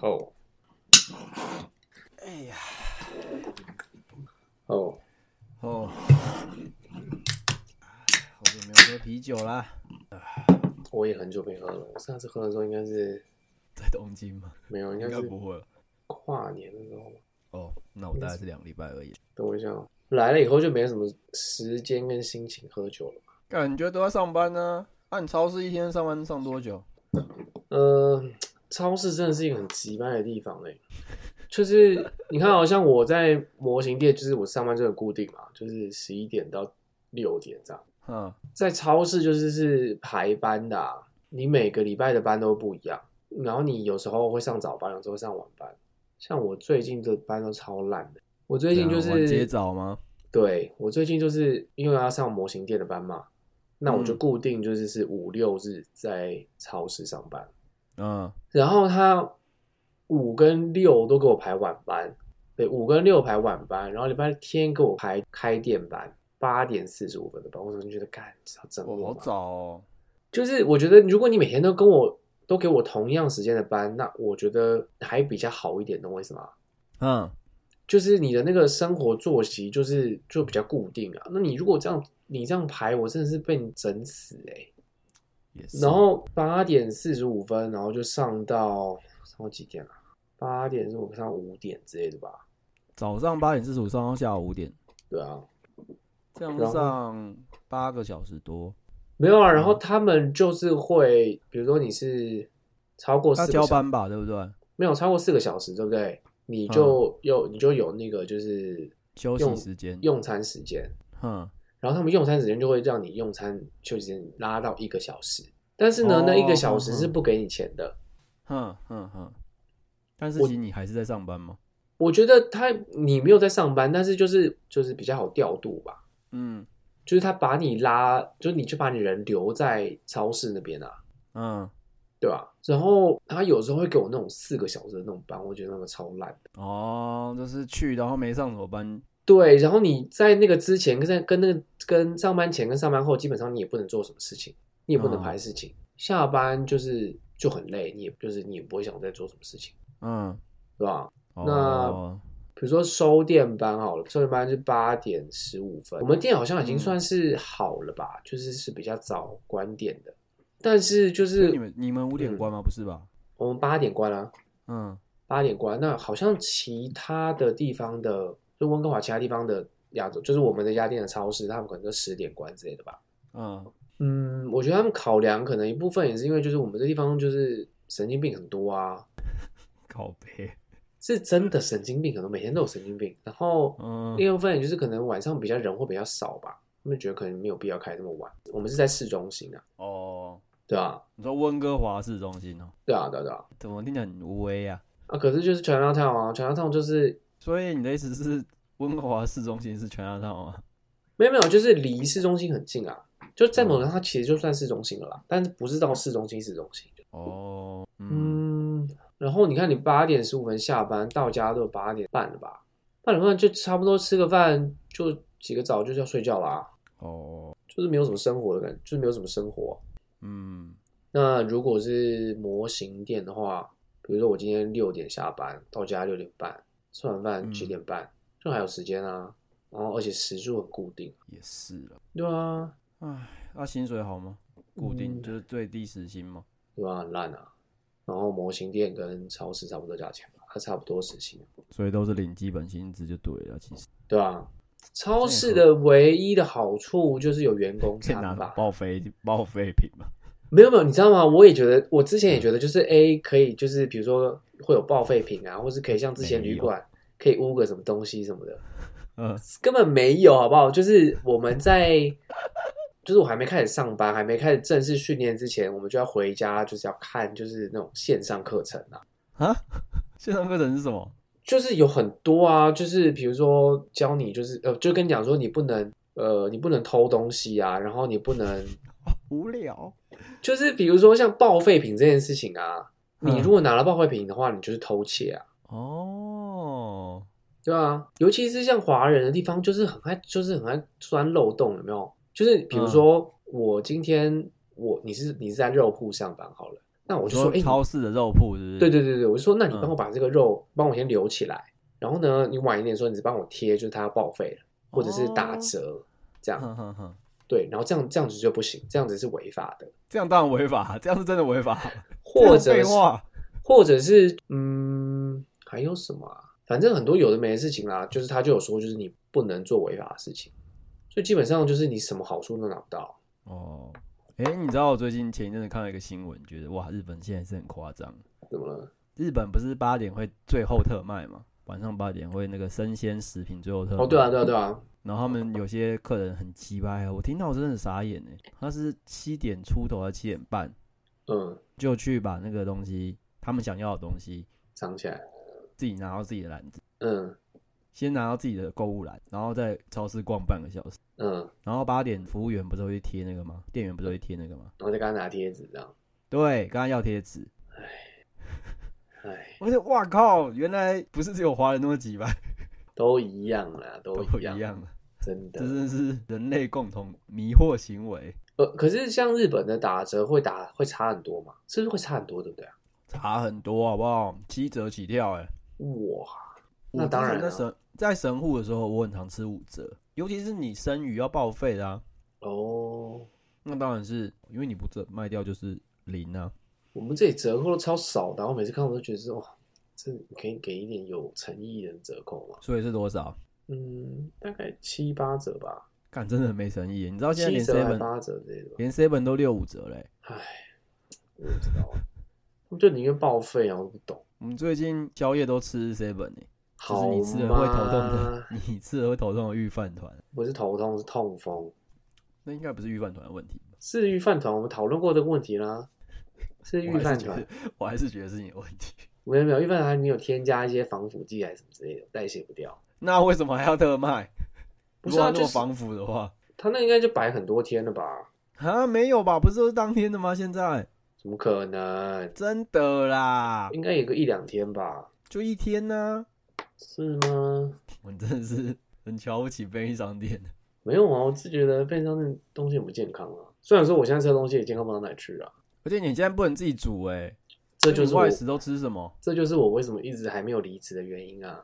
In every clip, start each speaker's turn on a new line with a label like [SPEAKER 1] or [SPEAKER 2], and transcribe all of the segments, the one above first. [SPEAKER 1] 哦
[SPEAKER 2] 哎呀，
[SPEAKER 1] 哦，
[SPEAKER 2] 哦，好久没有喝啤酒啦，
[SPEAKER 1] 我也很久没喝了。我上次喝的时候应该是
[SPEAKER 2] 在东京吗？
[SPEAKER 1] 没有，应该
[SPEAKER 2] 应该
[SPEAKER 1] 是
[SPEAKER 2] 不会了。
[SPEAKER 1] 跨年的时候吧。
[SPEAKER 2] 哦，那我大概是两个礼拜而已。
[SPEAKER 1] 等我一下哦，来了以后就没什么时间跟心情喝酒了。
[SPEAKER 2] 感觉都在上班呢、啊。按、你超市一天上班上多久？
[SPEAKER 1] 呃，超市真的是一个很奇葩的地方哎、就是你看，好哦像我在模型店，就是我上班就很固定嘛，就是十一点到六点这样。
[SPEAKER 2] 哈，
[SPEAKER 1] 在超市就是是排班的、啊，你每个礼拜的班都不一样，然后你有时候会上早班，有时候会上晚班。像我最近的班都超烂的，我最近就
[SPEAKER 2] 怎样啊晚接
[SPEAKER 1] 是
[SPEAKER 2] 早吗？
[SPEAKER 1] 对我最近就是因为要上模型店的班嘛，那我就
[SPEAKER 2] 嗯
[SPEAKER 1] 固定就是是五六日在超市上班，
[SPEAKER 2] 嗯，
[SPEAKER 1] 然后他五跟六都给我排晚班，对，五跟六排晚班，然后礼拜天给我排开店班，八点四十五分的班，我怎么觉得干整我
[SPEAKER 2] 我好
[SPEAKER 1] 吗
[SPEAKER 2] 早哦。
[SPEAKER 1] 就是我觉得，如果你每天都跟我都给我同样时间的班，那我觉得还比较好一点，懂我意思吗？
[SPEAKER 2] 嗯，
[SPEAKER 1] 就是你的那个生活作息，就是就比较固定啊。那你如果这样，你这样排，我真的是被你整死哎、
[SPEAKER 2] 也是。
[SPEAKER 1] 然后八点四十五分，然后就上到上到几点啊？八点是我上五点之类的吧？
[SPEAKER 2] 早上八点四十五上到下午五点，
[SPEAKER 1] 对啊，
[SPEAKER 2] 这样
[SPEAKER 1] 然后
[SPEAKER 2] 上八个小时多。
[SPEAKER 1] 没有啊。然后
[SPEAKER 2] 嗯
[SPEAKER 1] 他们就是会，比如说你是超过
[SPEAKER 2] 要
[SPEAKER 1] 四个
[SPEAKER 2] 交
[SPEAKER 1] 小
[SPEAKER 2] 班吧，对不对？
[SPEAKER 1] 没有超过四个小时，对不对？你就有、你就有那个就是
[SPEAKER 2] 休息
[SPEAKER 1] 用
[SPEAKER 2] 时间，
[SPEAKER 1] 用餐时间，
[SPEAKER 2] 哼，
[SPEAKER 1] 然后他们用餐时间就会让你用餐休息时间拉到一个小时，但是呢，那一个小时是不给你钱的。
[SPEAKER 2] 哼哼哼。但是
[SPEAKER 1] 我
[SPEAKER 2] 其实你还是在上班吗？
[SPEAKER 1] 我觉得他你没有在上班，但是就是就是比较好调度吧，
[SPEAKER 2] 嗯
[SPEAKER 1] 就是他把你拉，就是你就把你人留在超市那边啊，
[SPEAKER 2] 嗯，
[SPEAKER 1] 对吧？然后他有时候会给我那种四个小时的那种班，我觉得那个超烂。
[SPEAKER 2] 哦，就是去然后没上什么班，
[SPEAKER 1] 对，然后你在那个之前，跟在跟那个跟上班前跟上班后，基本上你也不能做什么事情，你也不能
[SPEAKER 2] 嗯
[SPEAKER 1] 排事情。下班就是就很累，你也就是你也不会想再做什么事情，
[SPEAKER 2] 嗯，
[SPEAKER 1] 对吧？
[SPEAKER 2] 哦，
[SPEAKER 1] 比如说收店班好了，收店班是八点十五分，我们店好像已经
[SPEAKER 2] 嗯
[SPEAKER 1] 算是好了吧，就是是比较早关店的，但是就
[SPEAKER 2] 所以
[SPEAKER 1] 是
[SPEAKER 2] 你们你们五点
[SPEAKER 1] 嗯
[SPEAKER 2] 关吗？不是吧？
[SPEAKER 1] 我们八点关啦、啊
[SPEAKER 2] 嗯，
[SPEAKER 1] 八点关。那好像其他的地方的，就温哥华其他地方的亚洲，就是我们这家店的超市，他们可能都十点关之类的吧。
[SPEAKER 2] 嗯，
[SPEAKER 1] 嗯，我觉得他们考量可能一部分也是因为，就是我们这地方就是神经病很多啊，
[SPEAKER 2] 靠背，
[SPEAKER 1] 是真的神经病，可能每天都有神经病。然后
[SPEAKER 2] 嗯
[SPEAKER 1] 另一部分也就是可能晚上比较人会比较少吧，他们觉得可能没有必要开那么晚。我们是在市中心啊，
[SPEAKER 2] 哦，
[SPEAKER 1] 对啊，
[SPEAKER 2] 你说温哥华市中心哦，
[SPEAKER 1] 对啊，对啊，对啊。
[SPEAKER 2] 怎么听起来很无威啊？
[SPEAKER 1] 啊，可是就是 Chinatown 啊，Chinatown 就是
[SPEAKER 2] 所以你的意思是温哥华市中心是全亚套吗？
[SPEAKER 1] 没有没有，就是离市中心很近啊，就在某种上它其实就算市中心了啦，但是不是到市中心市中心。
[SPEAKER 2] 哦，嗯，
[SPEAKER 1] 嗯，然后你看，你八点十五分下班到家都八点半了吧？八点半就差不多吃个饭，就洗个澡，就是要睡觉啦，
[SPEAKER 2] 哦，
[SPEAKER 1] 就是没有什么生活的感觉，就是没有什么生活。
[SPEAKER 2] 嗯，
[SPEAKER 1] 那如果是模型店的话，比如说我今天六点下班，到家六点半，吃完饭
[SPEAKER 2] 嗯
[SPEAKER 1] 七点半，就还有时间啊。然后而且时数很固定，
[SPEAKER 2] 也是了，
[SPEAKER 1] 对啊，
[SPEAKER 2] 唉，那薪水好吗？固定
[SPEAKER 1] 嗯
[SPEAKER 2] 就是最低时薪嘛。
[SPEAKER 1] 对啊，很烂啊。然后模型店跟超市差不多价钱吧，它差不多时薪。
[SPEAKER 2] 所以都是领基本薪资就对了。其实
[SPEAKER 1] 对啊，超市的唯一的好处就是有员工
[SPEAKER 2] 可以
[SPEAKER 1] 餐
[SPEAKER 2] 拿
[SPEAKER 1] 吧？
[SPEAKER 2] 报废报废品嘛。
[SPEAKER 1] 没有没有，你知道吗？我也觉得，我之
[SPEAKER 2] 嗯
[SPEAKER 1] 前也觉得，就是 A 可以，就是比如说会有报废品啊，或是可以像之前
[SPEAKER 2] 没有
[SPEAKER 1] 旅馆可以污个什么东西什么的，
[SPEAKER 2] 嗯
[SPEAKER 1] 根本没有，好不好？就是我们在，就是我还没开始上班，还没开始正式训练之前，我们就要回家，就是要看就是那种线上课程啊。
[SPEAKER 2] 啊， 线上课程是什么？
[SPEAKER 1] 就是有很多啊，就是比如说教你，就是呃，就跟你讲说你不能呃，你不能偷东西啊，然后你不能
[SPEAKER 2] 无聊。
[SPEAKER 1] 就是比如说像报废品这件事情啊，
[SPEAKER 2] 嗯
[SPEAKER 1] 你如果拿了报废品的话，你就是偷窃啊，
[SPEAKER 2] 哦，
[SPEAKER 1] 对啊，尤其是像华人的地方，就是很爱，就是很爱钻漏洞，有没嗯有？就是比如说我今天我你是你是在肉铺上班好了，那我
[SPEAKER 2] 我
[SPEAKER 1] 就说，哎、
[SPEAKER 2] 超市的肉铺是不是？
[SPEAKER 1] 对对对对，我就说，那你
[SPEAKER 2] 嗯
[SPEAKER 1] 帮我把这个肉帮我先留起来，然后呢，你晚一点说你只帮我贴，就是它要报废了，或者是打
[SPEAKER 2] 哦
[SPEAKER 1] 折这样，
[SPEAKER 2] 哼哼哼，
[SPEAKER 1] 对，然后这样这样子就不行，这样子是违法的，
[SPEAKER 2] 这样当然违法，这样是真的违法，
[SPEAKER 1] 或
[SPEAKER 2] 这样
[SPEAKER 1] 者
[SPEAKER 2] 废
[SPEAKER 1] 是
[SPEAKER 2] 话，
[SPEAKER 1] 或者是嗯，还有什么啊？反正很多有的没的事情啦，就是他就有说，就是你不能做违法的事情，所以基本上就是你什么好处都拿不到。
[SPEAKER 2] 哦，哎，你知道我最近前一阵子看到一个新闻，觉得哇，日本现在是很夸张。
[SPEAKER 1] 怎么了？
[SPEAKER 2] 日本不是八点会最后特卖吗？晚上八点会那个生鲜食品最后特卖。
[SPEAKER 1] 哦，对啊，对啊，对啊，
[SPEAKER 2] 然后他们有些客人很鸡掰啊，我听到我真的很傻眼呢。他是七点出头还是七点半
[SPEAKER 1] 嗯，
[SPEAKER 2] 就去把那个东西，他们想要的东西，
[SPEAKER 1] 藏起来，
[SPEAKER 2] 自己拿到自己的篮子，
[SPEAKER 1] 嗯
[SPEAKER 2] 先拿到自己的购物篮，然后在超市逛半个小时。
[SPEAKER 1] 嗯，然
[SPEAKER 2] 然后八点服务员不是会去贴那个吗？店员不是会贴那个吗？
[SPEAKER 1] 后再给他拿贴纸这样。
[SPEAKER 2] 对，刚刚要贴纸。
[SPEAKER 1] 哎，
[SPEAKER 2] 我就哇靠，原来不是只有华人那么鸡掰，
[SPEAKER 1] 都一样啦，都
[SPEAKER 2] 都
[SPEAKER 1] 一
[SPEAKER 2] 一
[SPEAKER 1] 样，
[SPEAKER 2] 样啊，
[SPEAKER 1] 真
[SPEAKER 2] 这
[SPEAKER 1] 的。
[SPEAKER 2] 真的是人类共同迷惑行为。
[SPEAKER 1] 呃，可是像日本的打折会打会差很多嘛？是不是会差很多，对不对啊？
[SPEAKER 2] 差很多，好不好？七折起跳、欸，哎，
[SPEAKER 1] 哇，那当然
[SPEAKER 2] 在
[SPEAKER 1] 了
[SPEAKER 2] 神在神户的时候，我很常吃五折，尤其是你生鱼要报废的啊，
[SPEAKER 1] 哦，
[SPEAKER 2] 那当然是因为你不折卖掉就是零啊。
[SPEAKER 1] 我们这里折扣都超少的，我每次看我都觉得是哇，这你可以给一点有诚意的折扣嘛？
[SPEAKER 2] 所以是多少？
[SPEAKER 1] 嗯，大概七八折吧，
[SPEAKER 2] 干，真的很没诚意欸。你知道现在
[SPEAKER 1] 七
[SPEAKER 2] 连
[SPEAKER 1] 折还
[SPEAKER 2] seven
[SPEAKER 1] 八折之类的吧。
[SPEAKER 2] 连 seven 都六五折嘞、
[SPEAKER 1] 唉，我也不知道啊，我就宁愿报废啊，我都不懂。
[SPEAKER 2] 我们最近宵夜都吃 seven 哎、就是
[SPEAKER 1] 好
[SPEAKER 2] 你吃了会头痛的
[SPEAKER 1] 吗，
[SPEAKER 2] 你吃了会头痛的预饭团，
[SPEAKER 1] 不是头痛是痛风。
[SPEAKER 2] 那应该不是预饭团的问题。
[SPEAKER 1] 是预饭团，我们讨论过这个问题啦。是预饭团，
[SPEAKER 2] 我还是觉得是你的问题。
[SPEAKER 1] 没有没有预饭团，你有添加一些防腐剂还是什么之类的，代谢不掉。
[SPEAKER 2] 那为什么还要特卖？
[SPEAKER 1] 不是啊，
[SPEAKER 2] 如果它那
[SPEAKER 1] 就
[SPEAKER 2] 么
[SPEAKER 1] 是
[SPEAKER 2] 防腐的话，
[SPEAKER 1] 他那应该就摆很多天了吧？
[SPEAKER 2] 啊，没有吧？不是都是当天的吗？现在
[SPEAKER 1] 怎么可能？
[SPEAKER 2] 真的啦，
[SPEAKER 1] 应该有个一两天吧？
[SPEAKER 2] 就一天呢、
[SPEAKER 1] 是吗？
[SPEAKER 2] 我真的是很瞧不起便利商店。
[SPEAKER 1] 没有啊，我是觉得便利商店东西很不健康啊。虽然说我现在吃的东西也健康不到哪里去啊，
[SPEAKER 2] 而且你现在不能自己煮哎、
[SPEAKER 1] 这就是
[SPEAKER 2] 你
[SPEAKER 1] 我
[SPEAKER 2] 外食都吃什么？
[SPEAKER 1] 这就是我为什么一直还没有离职的原因啊。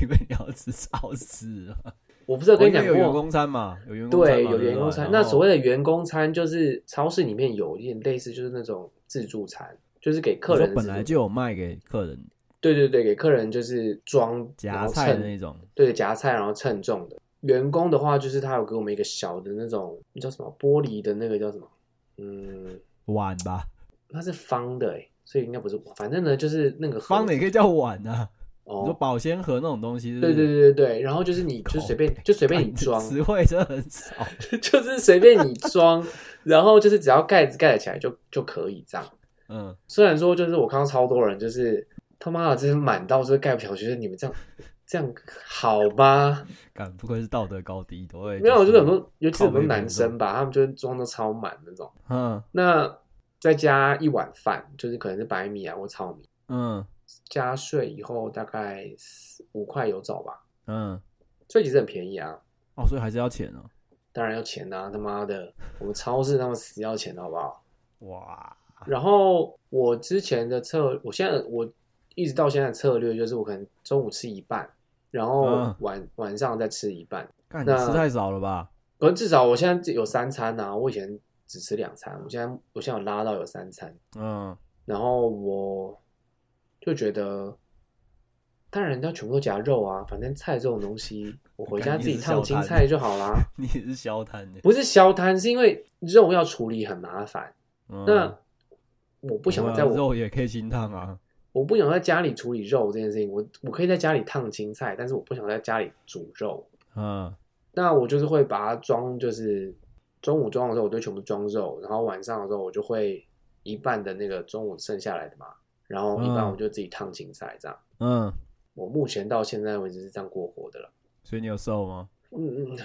[SPEAKER 2] 因为你要吃超市啊。
[SPEAKER 1] 我不是有跟你
[SPEAKER 2] 因
[SPEAKER 1] 讲
[SPEAKER 2] 为有员
[SPEAKER 1] 过，
[SPEAKER 2] 工餐嘛，有员工餐
[SPEAKER 1] 对，
[SPEAKER 2] 嘛
[SPEAKER 1] 有员工餐。那所谓的员工餐就是超市里面有一点类似，就是那种自助餐，就是给客
[SPEAKER 2] 客
[SPEAKER 1] 人
[SPEAKER 2] 人
[SPEAKER 1] 自助
[SPEAKER 2] 本来就有卖给客人
[SPEAKER 1] 对对对，给客人就是装然
[SPEAKER 2] 夹
[SPEAKER 1] 后
[SPEAKER 2] 菜的
[SPEAKER 1] 称
[SPEAKER 2] 那种，
[SPEAKER 1] 对夹菜，然后称重的。员工的话，就是他有给我们一个小的那种那叫什么玻璃的那个叫什么，嗯，
[SPEAKER 2] 碗吧，
[SPEAKER 1] 它是方的哎、所以应该不是，反正呢就是那个盒
[SPEAKER 2] 方的也
[SPEAKER 1] 子
[SPEAKER 2] 可以叫碗啊。你说
[SPEAKER 1] 哦，
[SPEAKER 2] 保鲜盒那种东西是不
[SPEAKER 1] 对
[SPEAKER 2] 是，
[SPEAKER 1] 对对对对，然后就是你就随便就随
[SPEAKER 2] 干，
[SPEAKER 1] 便 你装，
[SPEAKER 2] 词汇真的很少。
[SPEAKER 1] 就是随便你装，然后就是只要盖子盖得起来就就可以这样。
[SPEAKER 2] 嗯，
[SPEAKER 1] 虽然说就是我看到超多人就是他妈的，真是满到就是盖不起来，我觉得你们这样这样好吗？
[SPEAKER 2] 敢不愧是道德高低都会。
[SPEAKER 1] 没有，就是很多，尤其是很多
[SPEAKER 2] 靠背
[SPEAKER 1] 男
[SPEAKER 2] 偏
[SPEAKER 1] 生
[SPEAKER 2] 重
[SPEAKER 1] 吧，他们就是装的超满那种。
[SPEAKER 2] 嗯
[SPEAKER 1] 那再加一碗饭，就是可能是白米啊或糙米，
[SPEAKER 2] 嗯
[SPEAKER 1] 加税以后大概四五块有找吧，
[SPEAKER 2] 嗯，
[SPEAKER 1] 所以其实很便宜啊。
[SPEAKER 2] 哦，所以还是要钱哦。
[SPEAKER 1] 当然要钱啊，他妈的，我们超市他们死要钱的好不好？
[SPEAKER 2] 哇，
[SPEAKER 1] 然后我之前的策，我现在我一直到现在的策略就是，我可能中午吃一半，然后
[SPEAKER 2] 嗯
[SPEAKER 1] 晚、晚上再吃一半。
[SPEAKER 2] 干你
[SPEAKER 1] 那
[SPEAKER 2] 吃太少了吧？
[SPEAKER 1] 可能至少我现在有三餐呐、我以前只吃两餐，我现在我现在有拉到有三餐，
[SPEAKER 2] 嗯，
[SPEAKER 1] 然后我就觉得，当然要全部都夹肉啊，反正菜这种东西，我回家
[SPEAKER 2] 感觉
[SPEAKER 1] 自己
[SPEAKER 2] 是
[SPEAKER 1] 烫
[SPEAKER 2] 小
[SPEAKER 1] 青
[SPEAKER 2] 摊
[SPEAKER 1] 菜就好啦。
[SPEAKER 2] 你也是消摊的。
[SPEAKER 1] 不是消摊，是因为肉要处理很麻烦，
[SPEAKER 2] 嗯
[SPEAKER 1] 那我不想
[SPEAKER 2] 对啊
[SPEAKER 1] 在我
[SPEAKER 2] 肉也可以清烫啊。
[SPEAKER 1] 我不想在家里处理肉这件事情，我我可以在家里烫青菜，但是我不想在家里煮肉。
[SPEAKER 2] 嗯，
[SPEAKER 1] 那我就是会把它装，就是中午装的时候我就全部装肉，然后晚上的时候我就会一半的那个中午剩下来的嘛，然后一半
[SPEAKER 2] 嗯
[SPEAKER 1] 我就自己烫青菜这样。
[SPEAKER 2] 嗯，
[SPEAKER 1] 我目前到现在为止是这样过活的了。
[SPEAKER 2] 所以你有瘦吗？
[SPEAKER 1] 嗯嗯，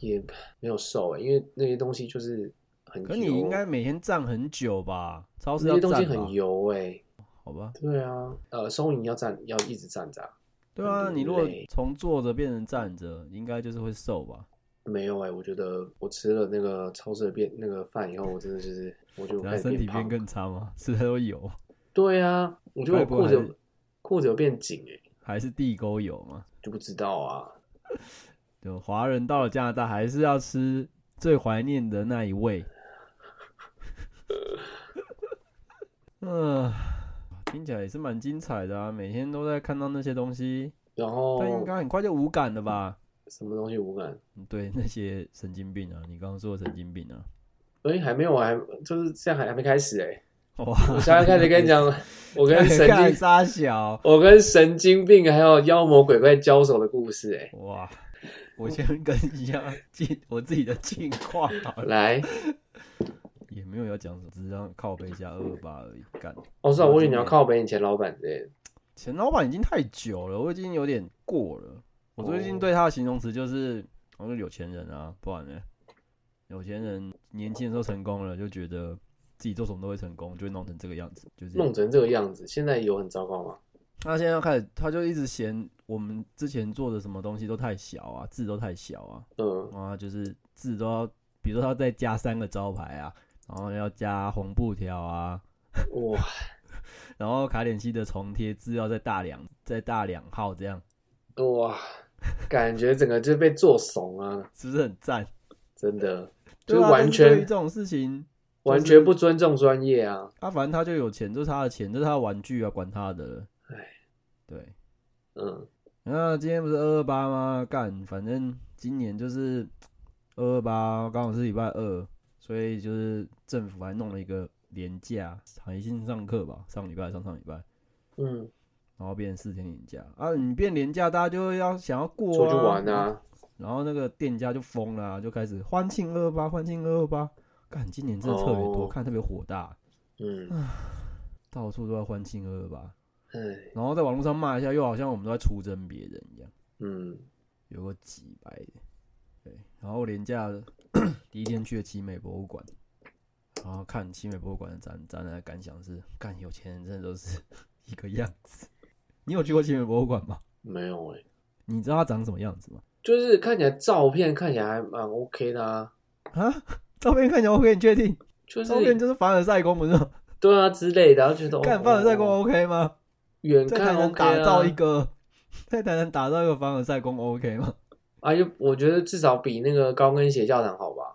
[SPEAKER 1] 也没有瘦欸诶、因为那些东西就是很油，
[SPEAKER 2] 可你应该每天站很久吧？超市
[SPEAKER 1] 那
[SPEAKER 2] 要
[SPEAKER 1] 些东西
[SPEAKER 2] 站吧
[SPEAKER 1] 很油诶、
[SPEAKER 2] 好吧？
[SPEAKER 1] 对啊，呃，收银要站要一直站着啊、
[SPEAKER 2] 对啊，
[SPEAKER 1] 很
[SPEAKER 2] 你如果
[SPEAKER 1] 累
[SPEAKER 2] 从坐着变成站着，应该就是会瘦吧？
[SPEAKER 1] 没有哎、我觉得我吃了那个超市的便那个饭以后，我真的就是，我觉得我
[SPEAKER 2] 然
[SPEAKER 1] 开
[SPEAKER 2] 后
[SPEAKER 1] 始
[SPEAKER 2] 身体
[SPEAKER 1] 胖
[SPEAKER 2] 变更差吗？ 吃太多油，
[SPEAKER 1] 对啊，我觉得我
[SPEAKER 2] 怪不
[SPEAKER 1] 裤
[SPEAKER 2] 得
[SPEAKER 1] 子
[SPEAKER 2] 还
[SPEAKER 1] 有裤子有变紧哎、
[SPEAKER 2] 还是地沟油嘛？
[SPEAKER 1] 就不知道啊。
[SPEAKER 2] 就华人到了加拿大，还是要吃最怀念的那一味。 嗯、听起来也是蛮精彩的啊！每天都在看到那些东西，
[SPEAKER 1] 然后
[SPEAKER 2] 但应该很快就无感了吧？
[SPEAKER 1] 什么东西无感？
[SPEAKER 2] 对那些神经病啊，你刚刚说的神经病啊，
[SPEAKER 1] 哎、还没有，还就是这样还还没开始哎、
[SPEAKER 2] 哇！
[SPEAKER 1] 我现在开始跟 你讲，我跟神
[SPEAKER 2] 看
[SPEAKER 1] 经，
[SPEAKER 2] 沙小，
[SPEAKER 1] 我跟神经病还有妖魔鬼怪交手的故事哎、
[SPEAKER 2] 哇！我先跟一下近我自己的近况好了，
[SPEAKER 1] 来，
[SPEAKER 2] 也没有要讲什么，只是让靠背加二二八而已。干，
[SPEAKER 1] 哦，是啊，我以为你要靠北你前老板之类的。
[SPEAKER 2] 前老板已经太久了，我已经有点过了。我最近
[SPEAKER 1] 哦
[SPEAKER 2] 对他的形容词就是，我是有钱人啊，不然呢？有钱人年轻的时候成功了，就觉得自己做什么都会成功，就会弄成这个样子，就是
[SPEAKER 1] 弄成这个样子，现在有很糟糕吗？
[SPEAKER 2] 他现在要开始，他就一直嫌我们之前做的什么东西都太小啊，字都太小啊，
[SPEAKER 1] 嗯，
[SPEAKER 2] 啊，就是字都要，比如说他再加三个招牌啊，然后要加红布条啊，
[SPEAKER 1] 哇，
[SPEAKER 2] 然后卡点西的重贴字要再大两再大两号，这样
[SPEAKER 1] 哇，感觉整个就被做怂啊，
[SPEAKER 2] 是不是很赞？
[SPEAKER 1] 真的，
[SPEAKER 2] 对
[SPEAKER 1] 就
[SPEAKER 2] 啊
[SPEAKER 1] 完
[SPEAKER 2] 但是对于
[SPEAKER 1] 全
[SPEAKER 2] 这种事情，
[SPEAKER 1] 完全不尊重专业啊。
[SPEAKER 2] 啊，反正他就有钱，这是他的钱，这是他的玩具啊，管他的了
[SPEAKER 1] 唉。
[SPEAKER 2] 对，
[SPEAKER 1] 嗯，
[SPEAKER 2] 那今天不是二二八吗？干，反正今年就是二二八，刚好是礼拜二，所以就是政府还弄了一个年假，弹性上课吧，上礼拜、上上礼拜，
[SPEAKER 1] 嗯，
[SPEAKER 2] 然后变四天年假啊，你变年假，大家就要想要过、
[SPEAKER 1] 出去玩啊，
[SPEAKER 2] 然后那个店家就疯了啊、就开始欢庆二二八，欢庆二二八。干，今年真的特别多，
[SPEAKER 1] 哦
[SPEAKER 2] 看特别火大，
[SPEAKER 1] 嗯，
[SPEAKER 2] 到处都在欢庆二二八，
[SPEAKER 1] 哎，
[SPEAKER 2] 然后在网络上骂一下，又好像我们都在出征别人一样，
[SPEAKER 1] 嗯，
[SPEAKER 2] 有个几百的。对，然后廉价第一天去了奇美博物馆，然后看奇美博物馆的展展览，感想是，干有钱人真的都是 一个样子。你有去过奇美博物馆吗？
[SPEAKER 1] 没有哎、
[SPEAKER 2] 你知道它长什么样子吗？
[SPEAKER 1] 就是看起来照片看起来还蛮 OK 的啊，
[SPEAKER 2] 啊，照片看起来 OK，你确定？
[SPEAKER 1] 就是
[SPEAKER 2] 照片就是凡尔赛宫，不是吗？
[SPEAKER 1] 对啊之类的，然后觉得
[SPEAKER 2] 干凡尔赛宫
[SPEAKER 1] 哦
[SPEAKER 2] OK 吗？
[SPEAKER 1] 远
[SPEAKER 2] 在台
[SPEAKER 1] 看
[SPEAKER 2] 南
[SPEAKER 1] OK
[SPEAKER 2] 打造一
[SPEAKER 1] 啊，
[SPEAKER 2] 个， 在台南打造一个凡尔赛宫 OK 吗？
[SPEAKER 1] 啊就我觉得至少比那个高跟鞋教堂好吧。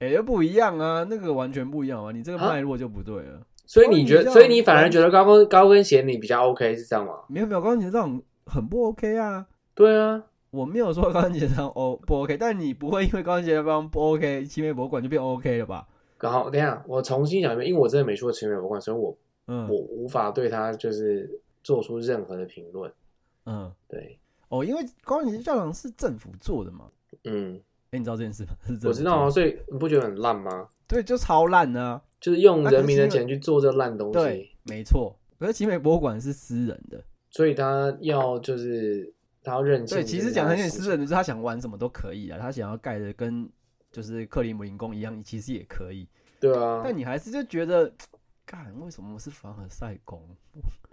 [SPEAKER 2] 哎、又不一样啊，那个完全不一样啊，你这个
[SPEAKER 1] 啊
[SPEAKER 2] 脉络就不对了。
[SPEAKER 1] 所以你觉
[SPEAKER 2] 哦
[SPEAKER 1] 得，
[SPEAKER 2] 你这样
[SPEAKER 1] 所以你反而
[SPEAKER 2] 完
[SPEAKER 1] 觉得高跟高跟鞋你比较 OK 是这样吗？
[SPEAKER 2] 没有没有，高跟鞋这种很不 OK 啊。
[SPEAKER 1] 对啊，
[SPEAKER 2] 我没有说高跟鞋上哦不 OK，但你不会因为高跟鞋上不 OK，奇美博物馆就变 OK 了吧？
[SPEAKER 1] 然后等一下我重新讲一遍，因为我真的没去过清美博物馆，所以我
[SPEAKER 2] 嗯
[SPEAKER 1] 我无法对他就是做出任何的评论。
[SPEAKER 2] 嗯，
[SPEAKER 1] 对，
[SPEAKER 2] 哦，因为高跟鞋教堂是政府做的嘛。
[SPEAKER 1] 嗯，
[SPEAKER 2] 哎、你知道这件事吗？ 是政
[SPEAKER 1] 我
[SPEAKER 2] 府
[SPEAKER 1] 知道啊，
[SPEAKER 2] 做的，
[SPEAKER 1] 所以你不觉得很烂吗？
[SPEAKER 2] 对，就超烂啊。
[SPEAKER 1] 就是用
[SPEAKER 2] 那可
[SPEAKER 1] 人民的
[SPEAKER 2] 是因为
[SPEAKER 1] 钱去做这烂东
[SPEAKER 2] 对
[SPEAKER 1] 西，，
[SPEAKER 2] 没错。可是奇美博物馆是私人的，
[SPEAKER 1] 所以他要就是他要任性。
[SPEAKER 2] 对，其实讲
[SPEAKER 1] 很
[SPEAKER 2] 很点私人的，就是他想玩什么都可以啊，他想要盖的跟就是克里姆林宫一样，其实也可以。
[SPEAKER 1] 对啊，
[SPEAKER 2] 但你还是就觉得，干为什么是凡尔赛宫？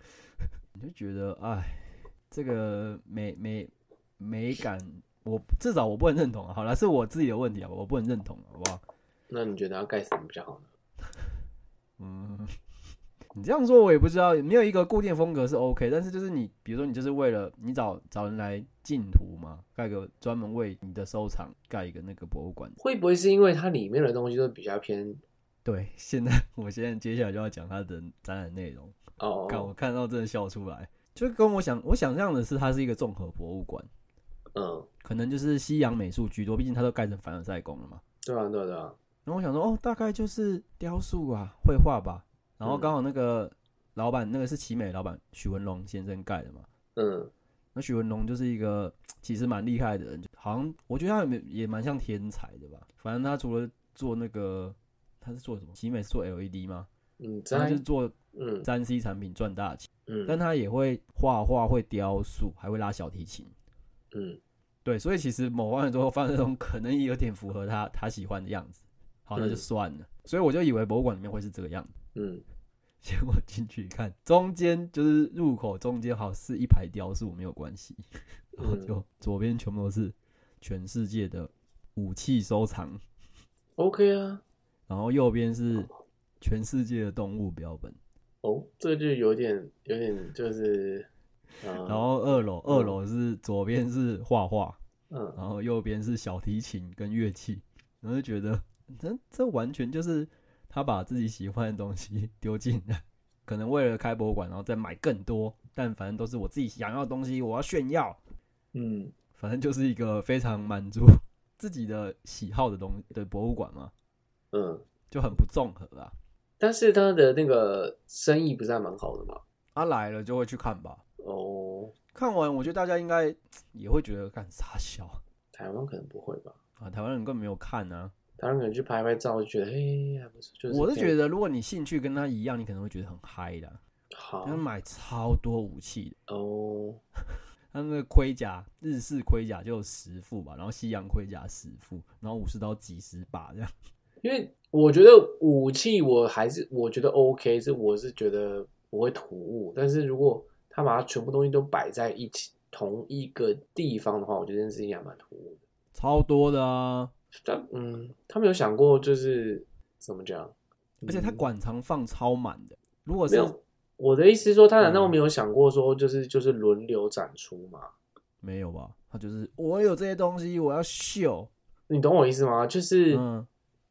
[SPEAKER 2] 你就觉得，哎，这个美美美感，我至少我不能认同、啊。好了，是我自己的问题啊，我不能认同，好不好？
[SPEAKER 1] 那你觉得要盖什么比较好呢？
[SPEAKER 2] 嗯， 你这样说，我也不知道，没有一个固定风格是 OK，但是就是你，比如说你就是为了你找找人来进图嘛，盖个专门为你的收藏盖一个那个博物馆。
[SPEAKER 1] 会不会是因为它里面的东西都比较偏
[SPEAKER 2] 对，现在 我现在接下来就要讲它的展览内容，
[SPEAKER 1] 哦
[SPEAKER 2] 看我看到真的笑出来，就跟我想我想象的是它是一个综合博物馆，
[SPEAKER 1] 嗯，
[SPEAKER 2] 可能就是西洋美术居多，毕竟它都盖成凡尔赛宫了嘛。
[SPEAKER 1] 对啊对啊对啊，
[SPEAKER 2] 然后我想说，哦，大概就是雕塑啊、绘画吧。然
[SPEAKER 1] 嗯
[SPEAKER 2] 后刚好那个老板，那个是奇美老板许文龙先生盖的嘛。
[SPEAKER 1] 嗯
[SPEAKER 2] 那许文龙就是一个其实蛮厉害的人，就好像我觉得他也没也蛮像天才的吧。反正他除了做那个，他是做什么？奇美是做 LED 吗？
[SPEAKER 1] 嗯，
[SPEAKER 2] 他
[SPEAKER 1] 在
[SPEAKER 2] 就是做
[SPEAKER 1] 嗯
[SPEAKER 2] 三 C 产品赚大钱，
[SPEAKER 1] 嗯，
[SPEAKER 2] 但他也会画画、会雕塑，还会拉小提琴。
[SPEAKER 1] 嗯
[SPEAKER 2] 对，所以其实某方面说范振东可能也有点符合他他喜欢的样子。好，那就
[SPEAKER 1] 嗯
[SPEAKER 2] 算了。所以我就以为博物馆里面会是这个样子，
[SPEAKER 1] 嗯
[SPEAKER 2] 结果进去一看，中间就是入口中间好是一排雕塑，没有关系。然后
[SPEAKER 1] 嗯
[SPEAKER 2] 就左边全部都是全世界的武器收藏，
[SPEAKER 1] OK 啊，
[SPEAKER 2] 然后右边是全世界的动物标本，
[SPEAKER 1] 哦，这就有点有点就是，呃、
[SPEAKER 2] 然后二楼二楼是左边是画画，
[SPEAKER 1] 嗯，
[SPEAKER 2] 然后右边是小提琴跟乐器，然后就觉得这这完全就是他把自己喜欢的东西 丢进来，可能为了开博物馆，然后再买更多，但反正都是我自己想要的东西，我要炫耀，
[SPEAKER 1] 嗯，
[SPEAKER 2] 反正就是一个非常满足 自己的喜好的东的博物馆嘛，
[SPEAKER 1] 嗯，
[SPEAKER 2] 就很不综合啊。
[SPEAKER 1] 但是他的那个生意不是还蛮好的嘛？
[SPEAKER 2] 他、啊来了就会去看吧，
[SPEAKER 1] 哦，
[SPEAKER 3] 看完我觉得大家应该
[SPEAKER 2] 也会觉得干傻笑
[SPEAKER 1] 台湾可能不会吧？
[SPEAKER 2] 啊，台湾人根本没有看啊。
[SPEAKER 1] 台湾可能去拍拍照，就觉得嘿还不错，就是
[SPEAKER 2] 我是
[SPEAKER 1] 这样
[SPEAKER 2] 觉得，如果你兴趣跟他一样，你可能会觉得很嗨的啊。
[SPEAKER 1] 好
[SPEAKER 2] 他买超多武器的，
[SPEAKER 1] 哦，
[SPEAKER 2] 他那个盔甲，日式盔甲就有十副吧，然后西洋盔甲十副，然后武士刀几十把这样。
[SPEAKER 1] 因为我觉得武器我还是我觉得 OK，是我是觉得不会突兀，但是如果他把它全部东西都摆在一起同一个地方的话，我觉得这件事情还蛮突兀的。
[SPEAKER 2] 超多的啊！
[SPEAKER 1] 但嗯，他们有想过就是怎么讲？
[SPEAKER 2] 而且他
[SPEAKER 1] 嗯
[SPEAKER 2] 馆藏放超满的。如果
[SPEAKER 1] 没
[SPEAKER 2] 是嗯
[SPEAKER 1] 有，我的意思是说，他难道没有想过说，就是就是轮流展出嘛？
[SPEAKER 2] 没有吧，他就是我有这些东西，我要秀。
[SPEAKER 1] 你懂我意思吗？就是
[SPEAKER 2] 嗯，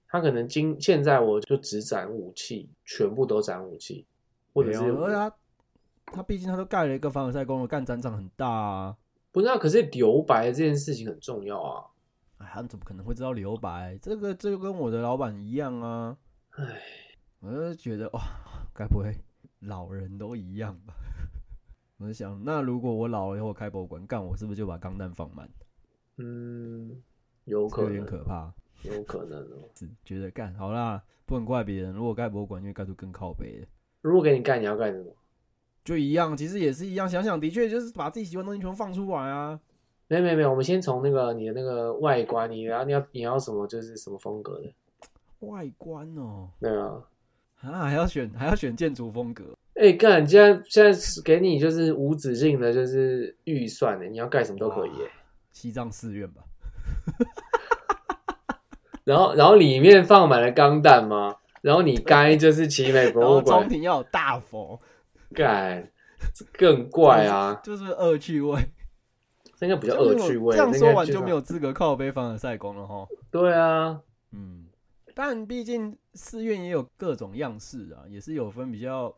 [SPEAKER 1] 他可能今现在我就只展武器，全部都展武器，或者
[SPEAKER 2] 没
[SPEAKER 1] 是
[SPEAKER 2] 有，而且他他毕竟他都盖了一个凡尔赛宫了，干展场很大啊。
[SPEAKER 1] 不是啊？可是留白这件事情很重要啊！
[SPEAKER 2] 哎，他们怎么可能会知道留白？这个这就跟我的老板一样啊。
[SPEAKER 1] 唉，
[SPEAKER 2] 我就觉得哇，该不会老人都一样吧？我就想，那如果我老了以后开博物馆，干我是不是就把钢弹放满？
[SPEAKER 1] 嗯，有
[SPEAKER 2] 这
[SPEAKER 1] 可
[SPEAKER 2] 有点
[SPEAKER 1] 能，
[SPEAKER 2] 可怕，
[SPEAKER 1] 有可能哦。
[SPEAKER 2] 只觉得干好啦，不能怪别人。如果盖博物馆，因为盖出更靠北的，
[SPEAKER 1] 如果给你干，你要干什么？
[SPEAKER 2] 就一样，其实也是一样。想想的确就是把自己喜欢的东西全部放出来啊。
[SPEAKER 1] 没有没有没有，我们先从那个你的那个外观，你然后你要你要什么就是什么风格的，
[SPEAKER 2] 外观哦、
[SPEAKER 1] 对啊。
[SPEAKER 2] 啊，还要选还要选建筑风格，
[SPEAKER 1] 哎、干！现在现在是给你就是无止境的，就是预算的，欸你要盖什么都可以耶、欸
[SPEAKER 2] 西藏寺院吧？
[SPEAKER 1] 然后，然后里面放满了钢弹吗？然后你该就是奇美
[SPEAKER 2] 啊然
[SPEAKER 1] 博
[SPEAKER 2] 后
[SPEAKER 1] 物
[SPEAKER 2] 中
[SPEAKER 1] 馆
[SPEAKER 2] 庭要有大佛，
[SPEAKER 1] 干，这更怪啊！
[SPEAKER 2] 就是恶趣味。
[SPEAKER 1] 这应该比较恶趣味。
[SPEAKER 2] 这样说完
[SPEAKER 1] 那应该
[SPEAKER 2] 就没有资格靠背凡尔赛宫了哈。
[SPEAKER 1] 对啊，
[SPEAKER 2] 嗯，但毕竟寺院也有各种样式啊，也是有分比较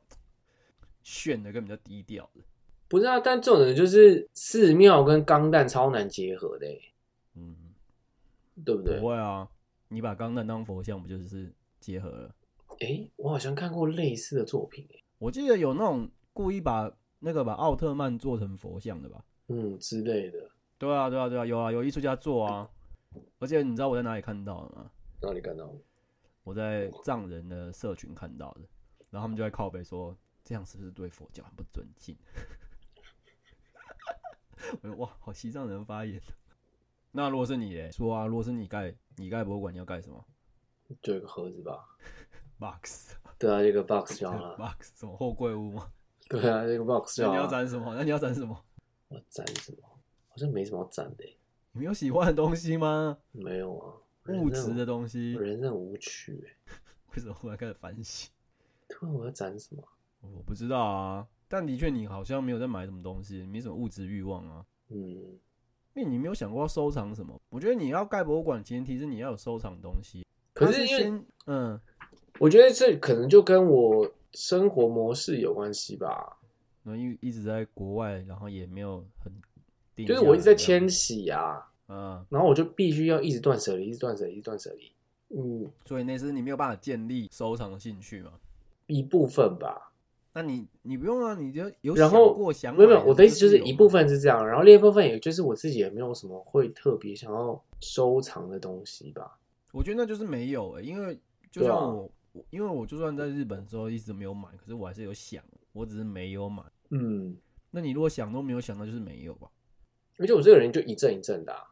[SPEAKER 2] 炫的跟比较低调的。
[SPEAKER 1] 不是啊，但这种人就是寺庙跟钢弹超难结合的耶、欸
[SPEAKER 2] 嗯，
[SPEAKER 1] 对不对？
[SPEAKER 2] 不会啊，你把钢弹当佛像，不就是结合了？
[SPEAKER 1] 哎、我好像看过类似的作品耶、欸
[SPEAKER 2] 我记得有那种故意把那个把奥特曼做成佛像的吧？
[SPEAKER 1] 嗯之类的。
[SPEAKER 2] 对啊，对啊，对啊，有啊，有艺术家做啊。而且你知道我在哪里看到的吗？
[SPEAKER 1] 哪里看到？
[SPEAKER 2] 我在藏人的社群看到的，然后他们就在靠北说，这样是不是对佛教很不尊敬？ 我说哇，好西藏人发言。哦那如果是你嘞，说啊，如果是你盖你盖博物馆，你要盖什么
[SPEAKER 1] 就一个盒子吧。
[SPEAKER 2] ？box
[SPEAKER 1] 对啊，一个 box 就好了。
[SPEAKER 2] box 什么货柜屋吗？
[SPEAKER 1] 对啊，一个 box 就
[SPEAKER 2] 那
[SPEAKER 1] 好
[SPEAKER 2] 你要
[SPEAKER 1] 了。
[SPEAKER 2] 展什么？那你要展什么？
[SPEAKER 1] 我展什么？好像没什么展的耶、欸
[SPEAKER 2] 你没有喜欢的东西吗？
[SPEAKER 1] 没有啊。
[SPEAKER 2] 物质的
[SPEAKER 1] 的
[SPEAKER 2] 东西，
[SPEAKER 1] 人生很无趣、欸。
[SPEAKER 2] 为什么忽然开始反省？
[SPEAKER 1] 突然我要展什么？
[SPEAKER 2] 我不知道啊，但的确你好像没有在买什么东西，你没什么物质欲望啊。
[SPEAKER 1] 嗯，
[SPEAKER 2] 因为你没有想过要收藏什么。我觉得你要盖博物馆，前提是你要有收藏东西。
[SPEAKER 1] 可
[SPEAKER 2] 它
[SPEAKER 1] 是因为
[SPEAKER 2] 先嗯，
[SPEAKER 1] 我觉得这可能就跟我生活模式有关系吧，
[SPEAKER 2] 然后一一直在国外，然后也没有很定下
[SPEAKER 1] 就
[SPEAKER 2] 来，
[SPEAKER 1] 是我一直在迁徙啊，
[SPEAKER 2] 嗯，
[SPEAKER 1] 然后我就必须要一直断舍离，一直断舍离，一直断舍离，嗯，
[SPEAKER 2] 所以那是你没有办法建立收藏的兴趣嘛。
[SPEAKER 1] 一部分吧，
[SPEAKER 2] 那你你不用啊，你就有
[SPEAKER 1] 然
[SPEAKER 2] 想
[SPEAKER 1] 后
[SPEAKER 2] 过想
[SPEAKER 1] 没有没有，
[SPEAKER 2] 买
[SPEAKER 1] 我的意思就是
[SPEAKER 2] 啊有
[SPEAKER 1] 一
[SPEAKER 2] 嘛
[SPEAKER 1] 部分是这样，然后另一部分也就是我自己也没有什么会特别想要收藏的东西吧，
[SPEAKER 2] 我觉得那就是没有、欸，因为就
[SPEAKER 1] 对
[SPEAKER 2] 像
[SPEAKER 1] 啊
[SPEAKER 2] 我、我因为我就算在日本的时候一直没有买，可是我还是有想，我只是没有买。
[SPEAKER 1] 嗯，
[SPEAKER 2] 那你如果想都没有想，那就是没有吧。
[SPEAKER 1] 而且我这个人就一阵一阵的、啊，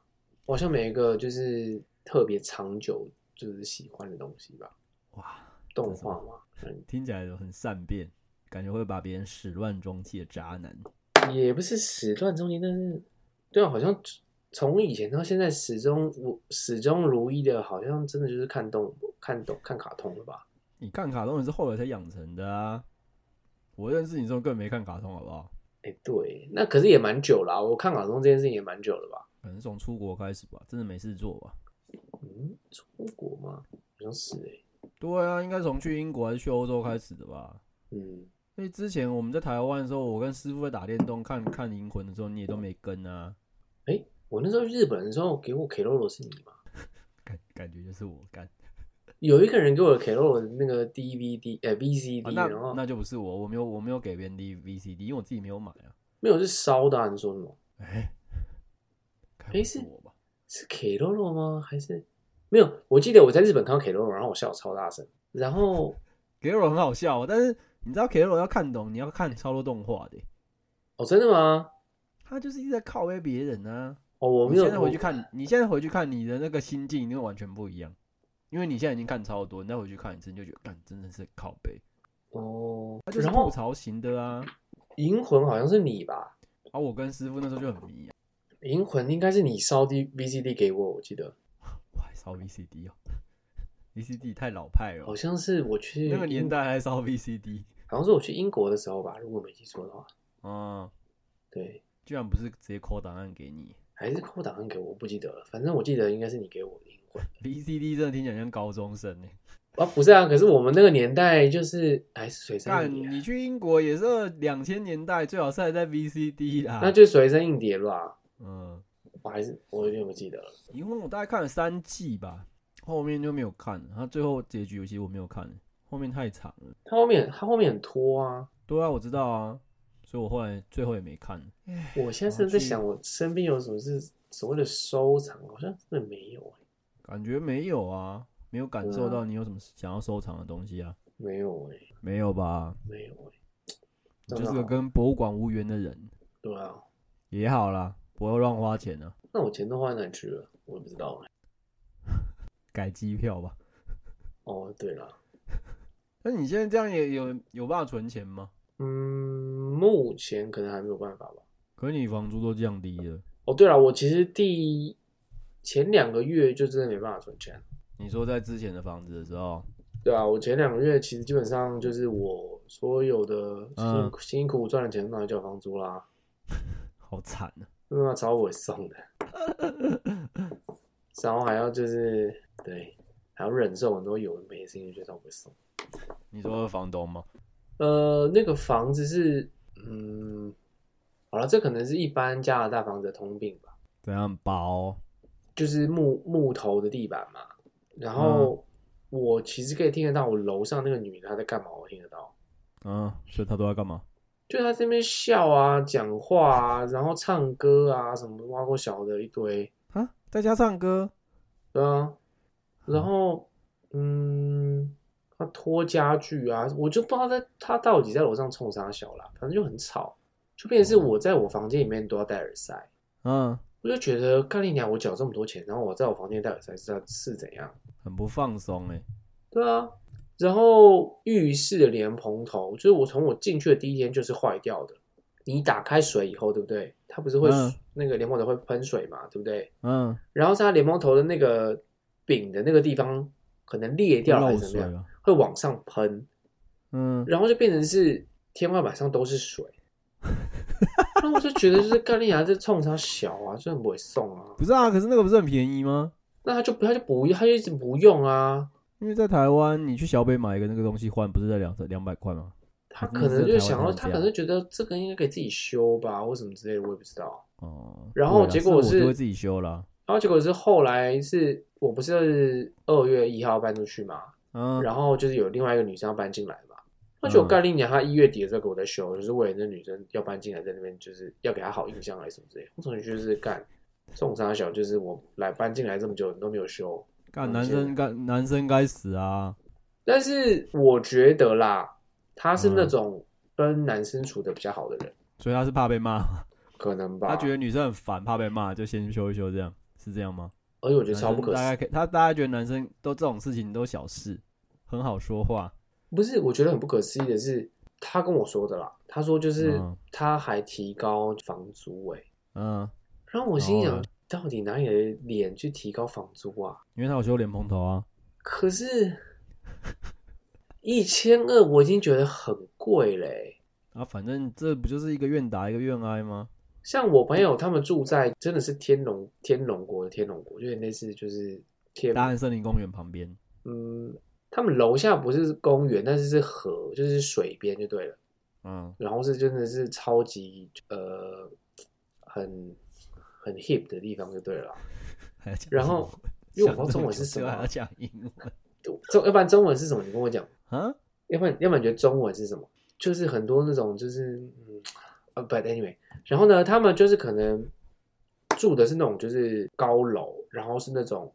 [SPEAKER 1] 我好像没有一个就是特别长久就是喜欢的东西吧，
[SPEAKER 2] 哇，
[SPEAKER 1] 动画嘛，嗯，
[SPEAKER 2] 听起来就很善变，感觉会把别人始乱终弃的渣男。
[SPEAKER 1] 嗯也不是始乱终弃，但是对啊，好像从以前到现在始终我始终如一的，好像真的就是看动看懂看卡通了吧？
[SPEAKER 2] 你看卡通也是后来才养成的啊。我认识你之后更没看卡通，好不好？
[SPEAKER 1] 哎、对，那可是也蛮久了啊、我看卡通这件事情也蛮久了吧？
[SPEAKER 2] 可能从出国开始吧，真的没事做吧？
[SPEAKER 1] 嗯，出国吗？好像是哎、
[SPEAKER 2] 对啊，应该从去英国还是去欧洲开始的吧？
[SPEAKER 1] 嗯，
[SPEAKER 2] 因为之前我们在台湾的时候，我跟师傅在打电动看看《银魂》的时候，你也都没跟啊，
[SPEAKER 1] 我那时候去日本的时候给我 K 罗罗是你吗？
[SPEAKER 2] 感感觉就是我干、
[SPEAKER 1] 有一个人给我 K 罗罗那个 DVD 呃
[SPEAKER 2] 啊
[SPEAKER 1] VCD，、
[SPEAKER 2] 那
[SPEAKER 1] 然后
[SPEAKER 2] 那就不是我，我没有我没有给别人 D V C D，因为我自己没有买啊。
[SPEAKER 1] 没有是烧的、啊，你说什么？
[SPEAKER 2] 哎、该
[SPEAKER 1] 诶是
[SPEAKER 2] 不是我吧？
[SPEAKER 1] 是 K 罗罗吗？还是没有？我记得我在日本看到 K 罗罗，然后我笑超大声，然后
[SPEAKER 2] k r o 很好笑，啊但是你知道 k r o 要看懂，你要看超多动画的欸，
[SPEAKER 1] 哦真的吗？
[SPEAKER 2] 他就是一直在靠背别人啊。
[SPEAKER 1] 哦我没
[SPEAKER 2] 你
[SPEAKER 1] 有
[SPEAKER 2] 现在回去看，你现在回去看你的那个心境，一定会完全不一样，因为你现在已经看超多，你再回去看一次，你就觉得，干真的是靠背，
[SPEAKER 1] 哦
[SPEAKER 2] 他，就是
[SPEAKER 1] 然后
[SPEAKER 2] 吐槽型的啊。
[SPEAKER 1] 银魂好像是你吧？
[SPEAKER 2] 啊，我跟师傅那时候就很迷、啊，
[SPEAKER 1] 银魂应该是你烧 D VCD 给我，我记得
[SPEAKER 2] 我还烧 VCD 哦，VCD 太老派了
[SPEAKER 1] 好，像是我去
[SPEAKER 2] 那个年
[SPEAKER 1] 英，
[SPEAKER 2] 代还烧 VCD
[SPEAKER 1] 好像是我去英国的时候吧，如果没记错的话，
[SPEAKER 2] 啊、嗯，
[SPEAKER 1] 对，
[SPEAKER 2] 居然不是直接抠档案给你
[SPEAKER 1] 还是扣档案给我，我不记得了，反正我记得应该是你给我的银魂
[SPEAKER 2] ，VCD 真的听起来像高中生欸呢。
[SPEAKER 1] 啊，不是啊，可是我们那个年代就是还是随身
[SPEAKER 2] 干，
[SPEAKER 1] 硬碟啊、
[SPEAKER 2] 你去英国也是两千年代，最好是还在 VCD 啦。
[SPEAKER 1] 那就随身硬碟吧，
[SPEAKER 2] 嗯，
[SPEAKER 1] 我还是我有点不记得了，
[SPEAKER 2] 银魂我大概看了三季吧，后面就没有看了。它最后结局其实我没有看，后面太长了。
[SPEAKER 1] 它后面它后面很拖啊，
[SPEAKER 2] 对啊，我知道啊，所以我后来最后也没看。
[SPEAKER 1] 我现在
[SPEAKER 2] 哦
[SPEAKER 1] 真的在想我身边有什么是所谓的收藏，好像真的没有、欸，
[SPEAKER 2] 感觉没有啊，没有感
[SPEAKER 1] 对
[SPEAKER 2] 受
[SPEAKER 1] 啊
[SPEAKER 2] 到你有什么想要收藏的东西啊？
[SPEAKER 1] 没有哎、
[SPEAKER 2] 没有吧？
[SPEAKER 1] 没有哎、
[SPEAKER 2] 你
[SPEAKER 1] 真
[SPEAKER 2] 就
[SPEAKER 1] 的
[SPEAKER 2] 是个
[SPEAKER 1] 好
[SPEAKER 2] 跟博物馆无缘的人，
[SPEAKER 1] 对啊。
[SPEAKER 2] 也好啦，不要乱花钱啊，
[SPEAKER 1] 那我钱都花在哪里去了？我也不知道哎。
[SPEAKER 2] 改机票吧。
[SPEAKER 1] 哦，对了，
[SPEAKER 2] 那你现在这样也有有办法存钱吗？
[SPEAKER 1] 嗯，目前可能还没有办法吧。
[SPEAKER 2] 可是你房租都降低了，
[SPEAKER 1] 哦，对了，我其实第前两个月就真的没办法存钱，
[SPEAKER 2] 你说在之前的房子的时候，
[SPEAKER 1] 对啊，我前两个月其实基本上就是我所有的辛、
[SPEAKER 2] 嗯
[SPEAKER 1] 辛苦赚的钱拿来交房租啦，
[SPEAKER 2] 好惨啊！
[SPEAKER 1] 那么找我送的，然后还要就是对，还要忍受很多有的没的事情，就找我送。
[SPEAKER 2] 你说
[SPEAKER 1] 哦
[SPEAKER 2] 房东吗？
[SPEAKER 1] 呃，那个房子是，嗯，好了，这可能是一般加拿大房子的通病吧，
[SPEAKER 2] 怎样包？
[SPEAKER 1] 就是木木头的地板嘛。然后、我其实可以听得到我楼上那个女的她在干嘛，我听得到，
[SPEAKER 2] 嗯，所以他都在干嘛？
[SPEAKER 1] 就她这边笑啊、讲话啊，然后唱歌啊，什么挖沟小的一堆，
[SPEAKER 2] 啊，在家唱歌。
[SPEAKER 1] 对啊。然后，嗯，她拖家具啊，我就不知道在她到底在楼上冲啥小啦，反正就很吵，就变成是我在我房间里面都要戴耳塞。
[SPEAKER 2] 嗯，
[SPEAKER 1] 我就觉得干你娘！我缴这么多钱，然后我在我房间戴耳塞是是怎样？
[SPEAKER 2] 很不放松哎、
[SPEAKER 1] 对啊，然后浴室的莲蓬头，就是我从我进去的第一天就是坏掉的。你打开水以后，对不对？它不是会、
[SPEAKER 2] 嗯
[SPEAKER 1] 那个莲蓬头会喷水嘛，对不对？
[SPEAKER 2] 嗯，
[SPEAKER 1] 然后是它莲蓬头的那个柄的那个地方可能裂掉了还
[SPEAKER 2] 漏
[SPEAKER 1] 是怎
[SPEAKER 2] 水
[SPEAKER 1] 么样，
[SPEAKER 2] 了。
[SPEAKER 1] 会往上喷，
[SPEAKER 2] 嗯，
[SPEAKER 1] 然后就变成是天花板上都是 水。然后我就觉得就是干你娘这冲他小啊，就很不会送啊。
[SPEAKER 2] 不是啊，可是那个不是很便宜吗？
[SPEAKER 1] 那他就不他就不他就一直不用啊，
[SPEAKER 2] 因为在台湾，你去小北买一个那个东西换，不是在两两百块吗？
[SPEAKER 1] 他
[SPEAKER 2] 嗯
[SPEAKER 1] 可能就想要，
[SPEAKER 2] 这
[SPEAKER 1] 他
[SPEAKER 2] 个台湾人这样
[SPEAKER 1] 可能就觉得这个应该给自己修吧，或什么之类的，我也不知道。
[SPEAKER 2] 哦，
[SPEAKER 1] 然后
[SPEAKER 2] 对啊
[SPEAKER 1] 结果
[SPEAKER 2] 是
[SPEAKER 1] 是
[SPEAKER 2] 我都会自己修啦。
[SPEAKER 1] 然后结果是后来是我不是二月一号搬出去嘛，
[SPEAKER 2] 嗯，
[SPEAKER 1] 然后就是有另外一个女生要搬进来嘛，那就概念讲她一月底的时候给我在修，就是为了那女生要搬进来在那边就是要给她好印象还是什么之类的。我总觉得就是干送傻小，就是我来搬进来这么久你都没有修，
[SPEAKER 2] 干男生该男生该死啊！
[SPEAKER 1] 但是我觉得啦，他是
[SPEAKER 2] 嗯
[SPEAKER 1] 那种跟男生处的比较好的人，
[SPEAKER 2] 所以他是怕被骂，
[SPEAKER 1] 可能吧。
[SPEAKER 2] 他觉得女生很烦，怕被骂，就先修一修，这样是这样吗？
[SPEAKER 1] 而且我觉得
[SPEAKER 2] 男
[SPEAKER 1] 超不
[SPEAKER 2] 生
[SPEAKER 1] 可
[SPEAKER 2] 大
[SPEAKER 1] 思
[SPEAKER 2] 家
[SPEAKER 1] 议。
[SPEAKER 2] 可以，他大家觉得男生都这种事情都小事，很好说话。
[SPEAKER 1] 不是，我觉得很不可思议的是，他跟我说的啦。他说就是
[SPEAKER 2] 嗯
[SPEAKER 1] 他还提高房租哎、
[SPEAKER 2] 嗯，
[SPEAKER 1] 然后我心
[SPEAKER 2] 然
[SPEAKER 1] 想
[SPEAKER 2] 后呢，
[SPEAKER 1] 到底哪里的脸去提高房租啊？
[SPEAKER 2] 因为他有修莲蓬头啊，
[SPEAKER 1] 可是一千二我已经觉得很贵嘞、
[SPEAKER 2] 啊，反正这不就是一个愿打一个愿挨吗？
[SPEAKER 1] 像我朋友他们住在真的是天龙天龙国的天龙国，有点类似就是天
[SPEAKER 2] 大安森林公园旁边，
[SPEAKER 1] 嗯，他们楼下不是公园，但是是河，就是水边就对了。
[SPEAKER 2] 嗯，
[SPEAKER 1] 然后是真的是超级呃很很 hip 的地方就对了。
[SPEAKER 2] 还要讲
[SPEAKER 1] 然
[SPEAKER 2] 英
[SPEAKER 1] 后
[SPEAKER 2] 文
[SPEAKER 1] 因为
[SPEAKER 2] 想
[SPEAKER 1] 我不知道
[SPEAKER 2] 这
[SPEAKER 1] 中
[SPEAKER 2] 么
[SPEAKER 1] 文是
[SPEAKER 2] 久
[SPEAKER 1] 什
[SPEAKER 2] 就
[SPEAKER 1] 么
[SPEAKER 2] 还
[SPEAKER 1] 啊
[SPEAKER 2] 要讲英文
[SPEAKER 1] 中要不然中文是什么？你跟我讲。
[SPEAKER 2] 啊？
[SPEAKER 1] 要不然，要不然你觉得中文是什么？就是很多那种，就是嗯，呃，but anyway，然后呢，他们就是可能住的是那种就是高楼，然后是那种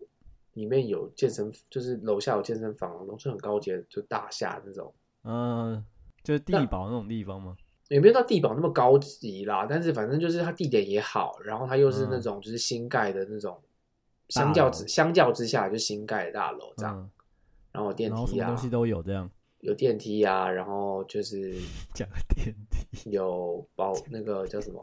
[SPEAKER 1] 里面有健身，就是楼下有健身房，然后是很高级的，就大厦那种，
[SPEAKER 2] 嗯，就是地
[SPEAKER 1] 那
[SPEAKER 2] 堡那种地方吗？
[SPEAKER 1] 也没有到地堡那么高级啦，但是反正就是它地点也好，然后它又是那种就是新盖的那种，相较
[SPEAKER 2] 嗯大
[SPEAKER 1] 之
[SPEAKER 2] 楼
[SPEAKER 1] 相较之下就新盖的大楼这样，
[SPEAKER 2] 嗯，
[SPEAKER 1] 然后有电
[SPEAKER 2] 然后什
[SPEAKER 1] 梯
[SPEAKER 2] 么
[SPEAKER 1] 啊
[SPEAKER 2] 东，西都有这样，
[SPEAKER 1] 有电梯啊，然后就是
[SPEAKER 2] 讲个电梯，
[SPEAKER 1] 有保那个叫什么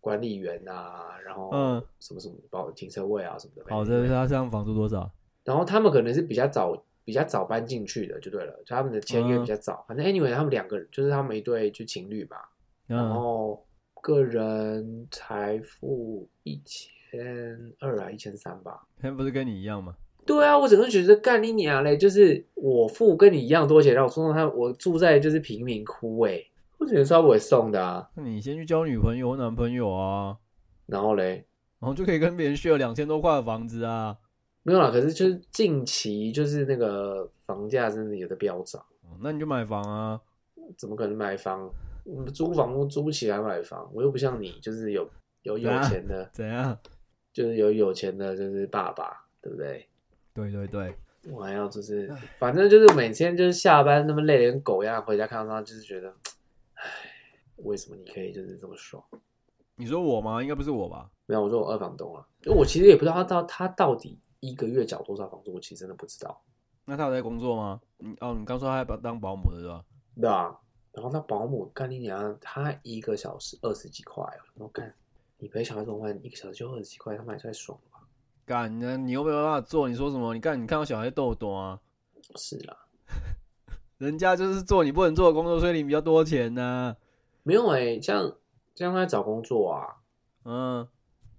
[SPEAKER 1] 管理员啊，然后
[SPEAKER 2] 嗯
[SPEAKER 1] 什么什么保停车位啊什么的。
[SPEAKER 2] 好，这是他这样房租多少？
[SPEAKER 1] 然后他们可能是比较早比较早搬进去的，就对了，就他们的签
[SPEAKER 2] 嗯
[SPEAKER 1] 约比较早。反正 anyway，他们两个人就是他们一对就情侣嘛，然
[SPEAKER 2] 嗯，
[SPEAKER 1] 后个人才付一千二啊，一千三吧。
[SPEAKER 2] 他不是跟你一样吗？
[SPEAKER 1] 对啊，我整个觉得干你娘嘞！就是我付跟你一样多钱，然后我送到他，我住在就是贫民窟哎、我只能说我送的啊。
[SPEAKER 2] 那你先去交女朋友或男朋友啊，
[SPEAKER 1] 然后嘞，
[SPEAKER 2] 然后就可以跟别人 share 两千多块的房子啊。
[SPEAKER 1] 没有啦，可是就是近期就是那个房价真的有的飙涨，
[SPEAKER 2] 哦那你就买房啊，
[SPEAKER 1] 怎么可能买房？我们租房屋租起来买房，我又不像你，就是有有有
[SPEAKER 2] 对啊
[SPEAKER 1] 钱的，
[SPEAKER 2] 怎样？
[SPEAKER 1] 就是有有钱的，就是爸爸，对不对？
[SPEAKER 2] 对对对，
[SPEAKER 1] 我还要就是，反正就是每天就是下班那么累的跟狗一样，回家看到他就是觉得，唉，为什么你可以就是这么爽？
[SPEAKER 2] 你说我吗？应该不是我吧？
[SPEAKER 1] 没有，我说我二房东啊，因为我其实也不知道他到他到底一个月缴多少房租，我其实真的不知道。
[SPEAKER 2] 那他有在工作吗？你哦，你刚说他还把当保姆的是吧？
[SPEAKER 1] 对啊，然后那保姆干你娘，他一个小时二十几块哦，我干，你陪小孩怎么办？一个小时就二十几块，他买出来爽了吧？
[SPEAKER 2] 干，那你又没有办法做，你说什么？你干，你看到小孩豆豆啊，
[SPEAKER 1] 是啦，
[SPEAKER 2] 人家就是做你不能做的工作，所以领比较多钱呢、
[SPEAKER 1] 没有哎、像像他在找工作啊，
[SPEAKER 2] 嗯，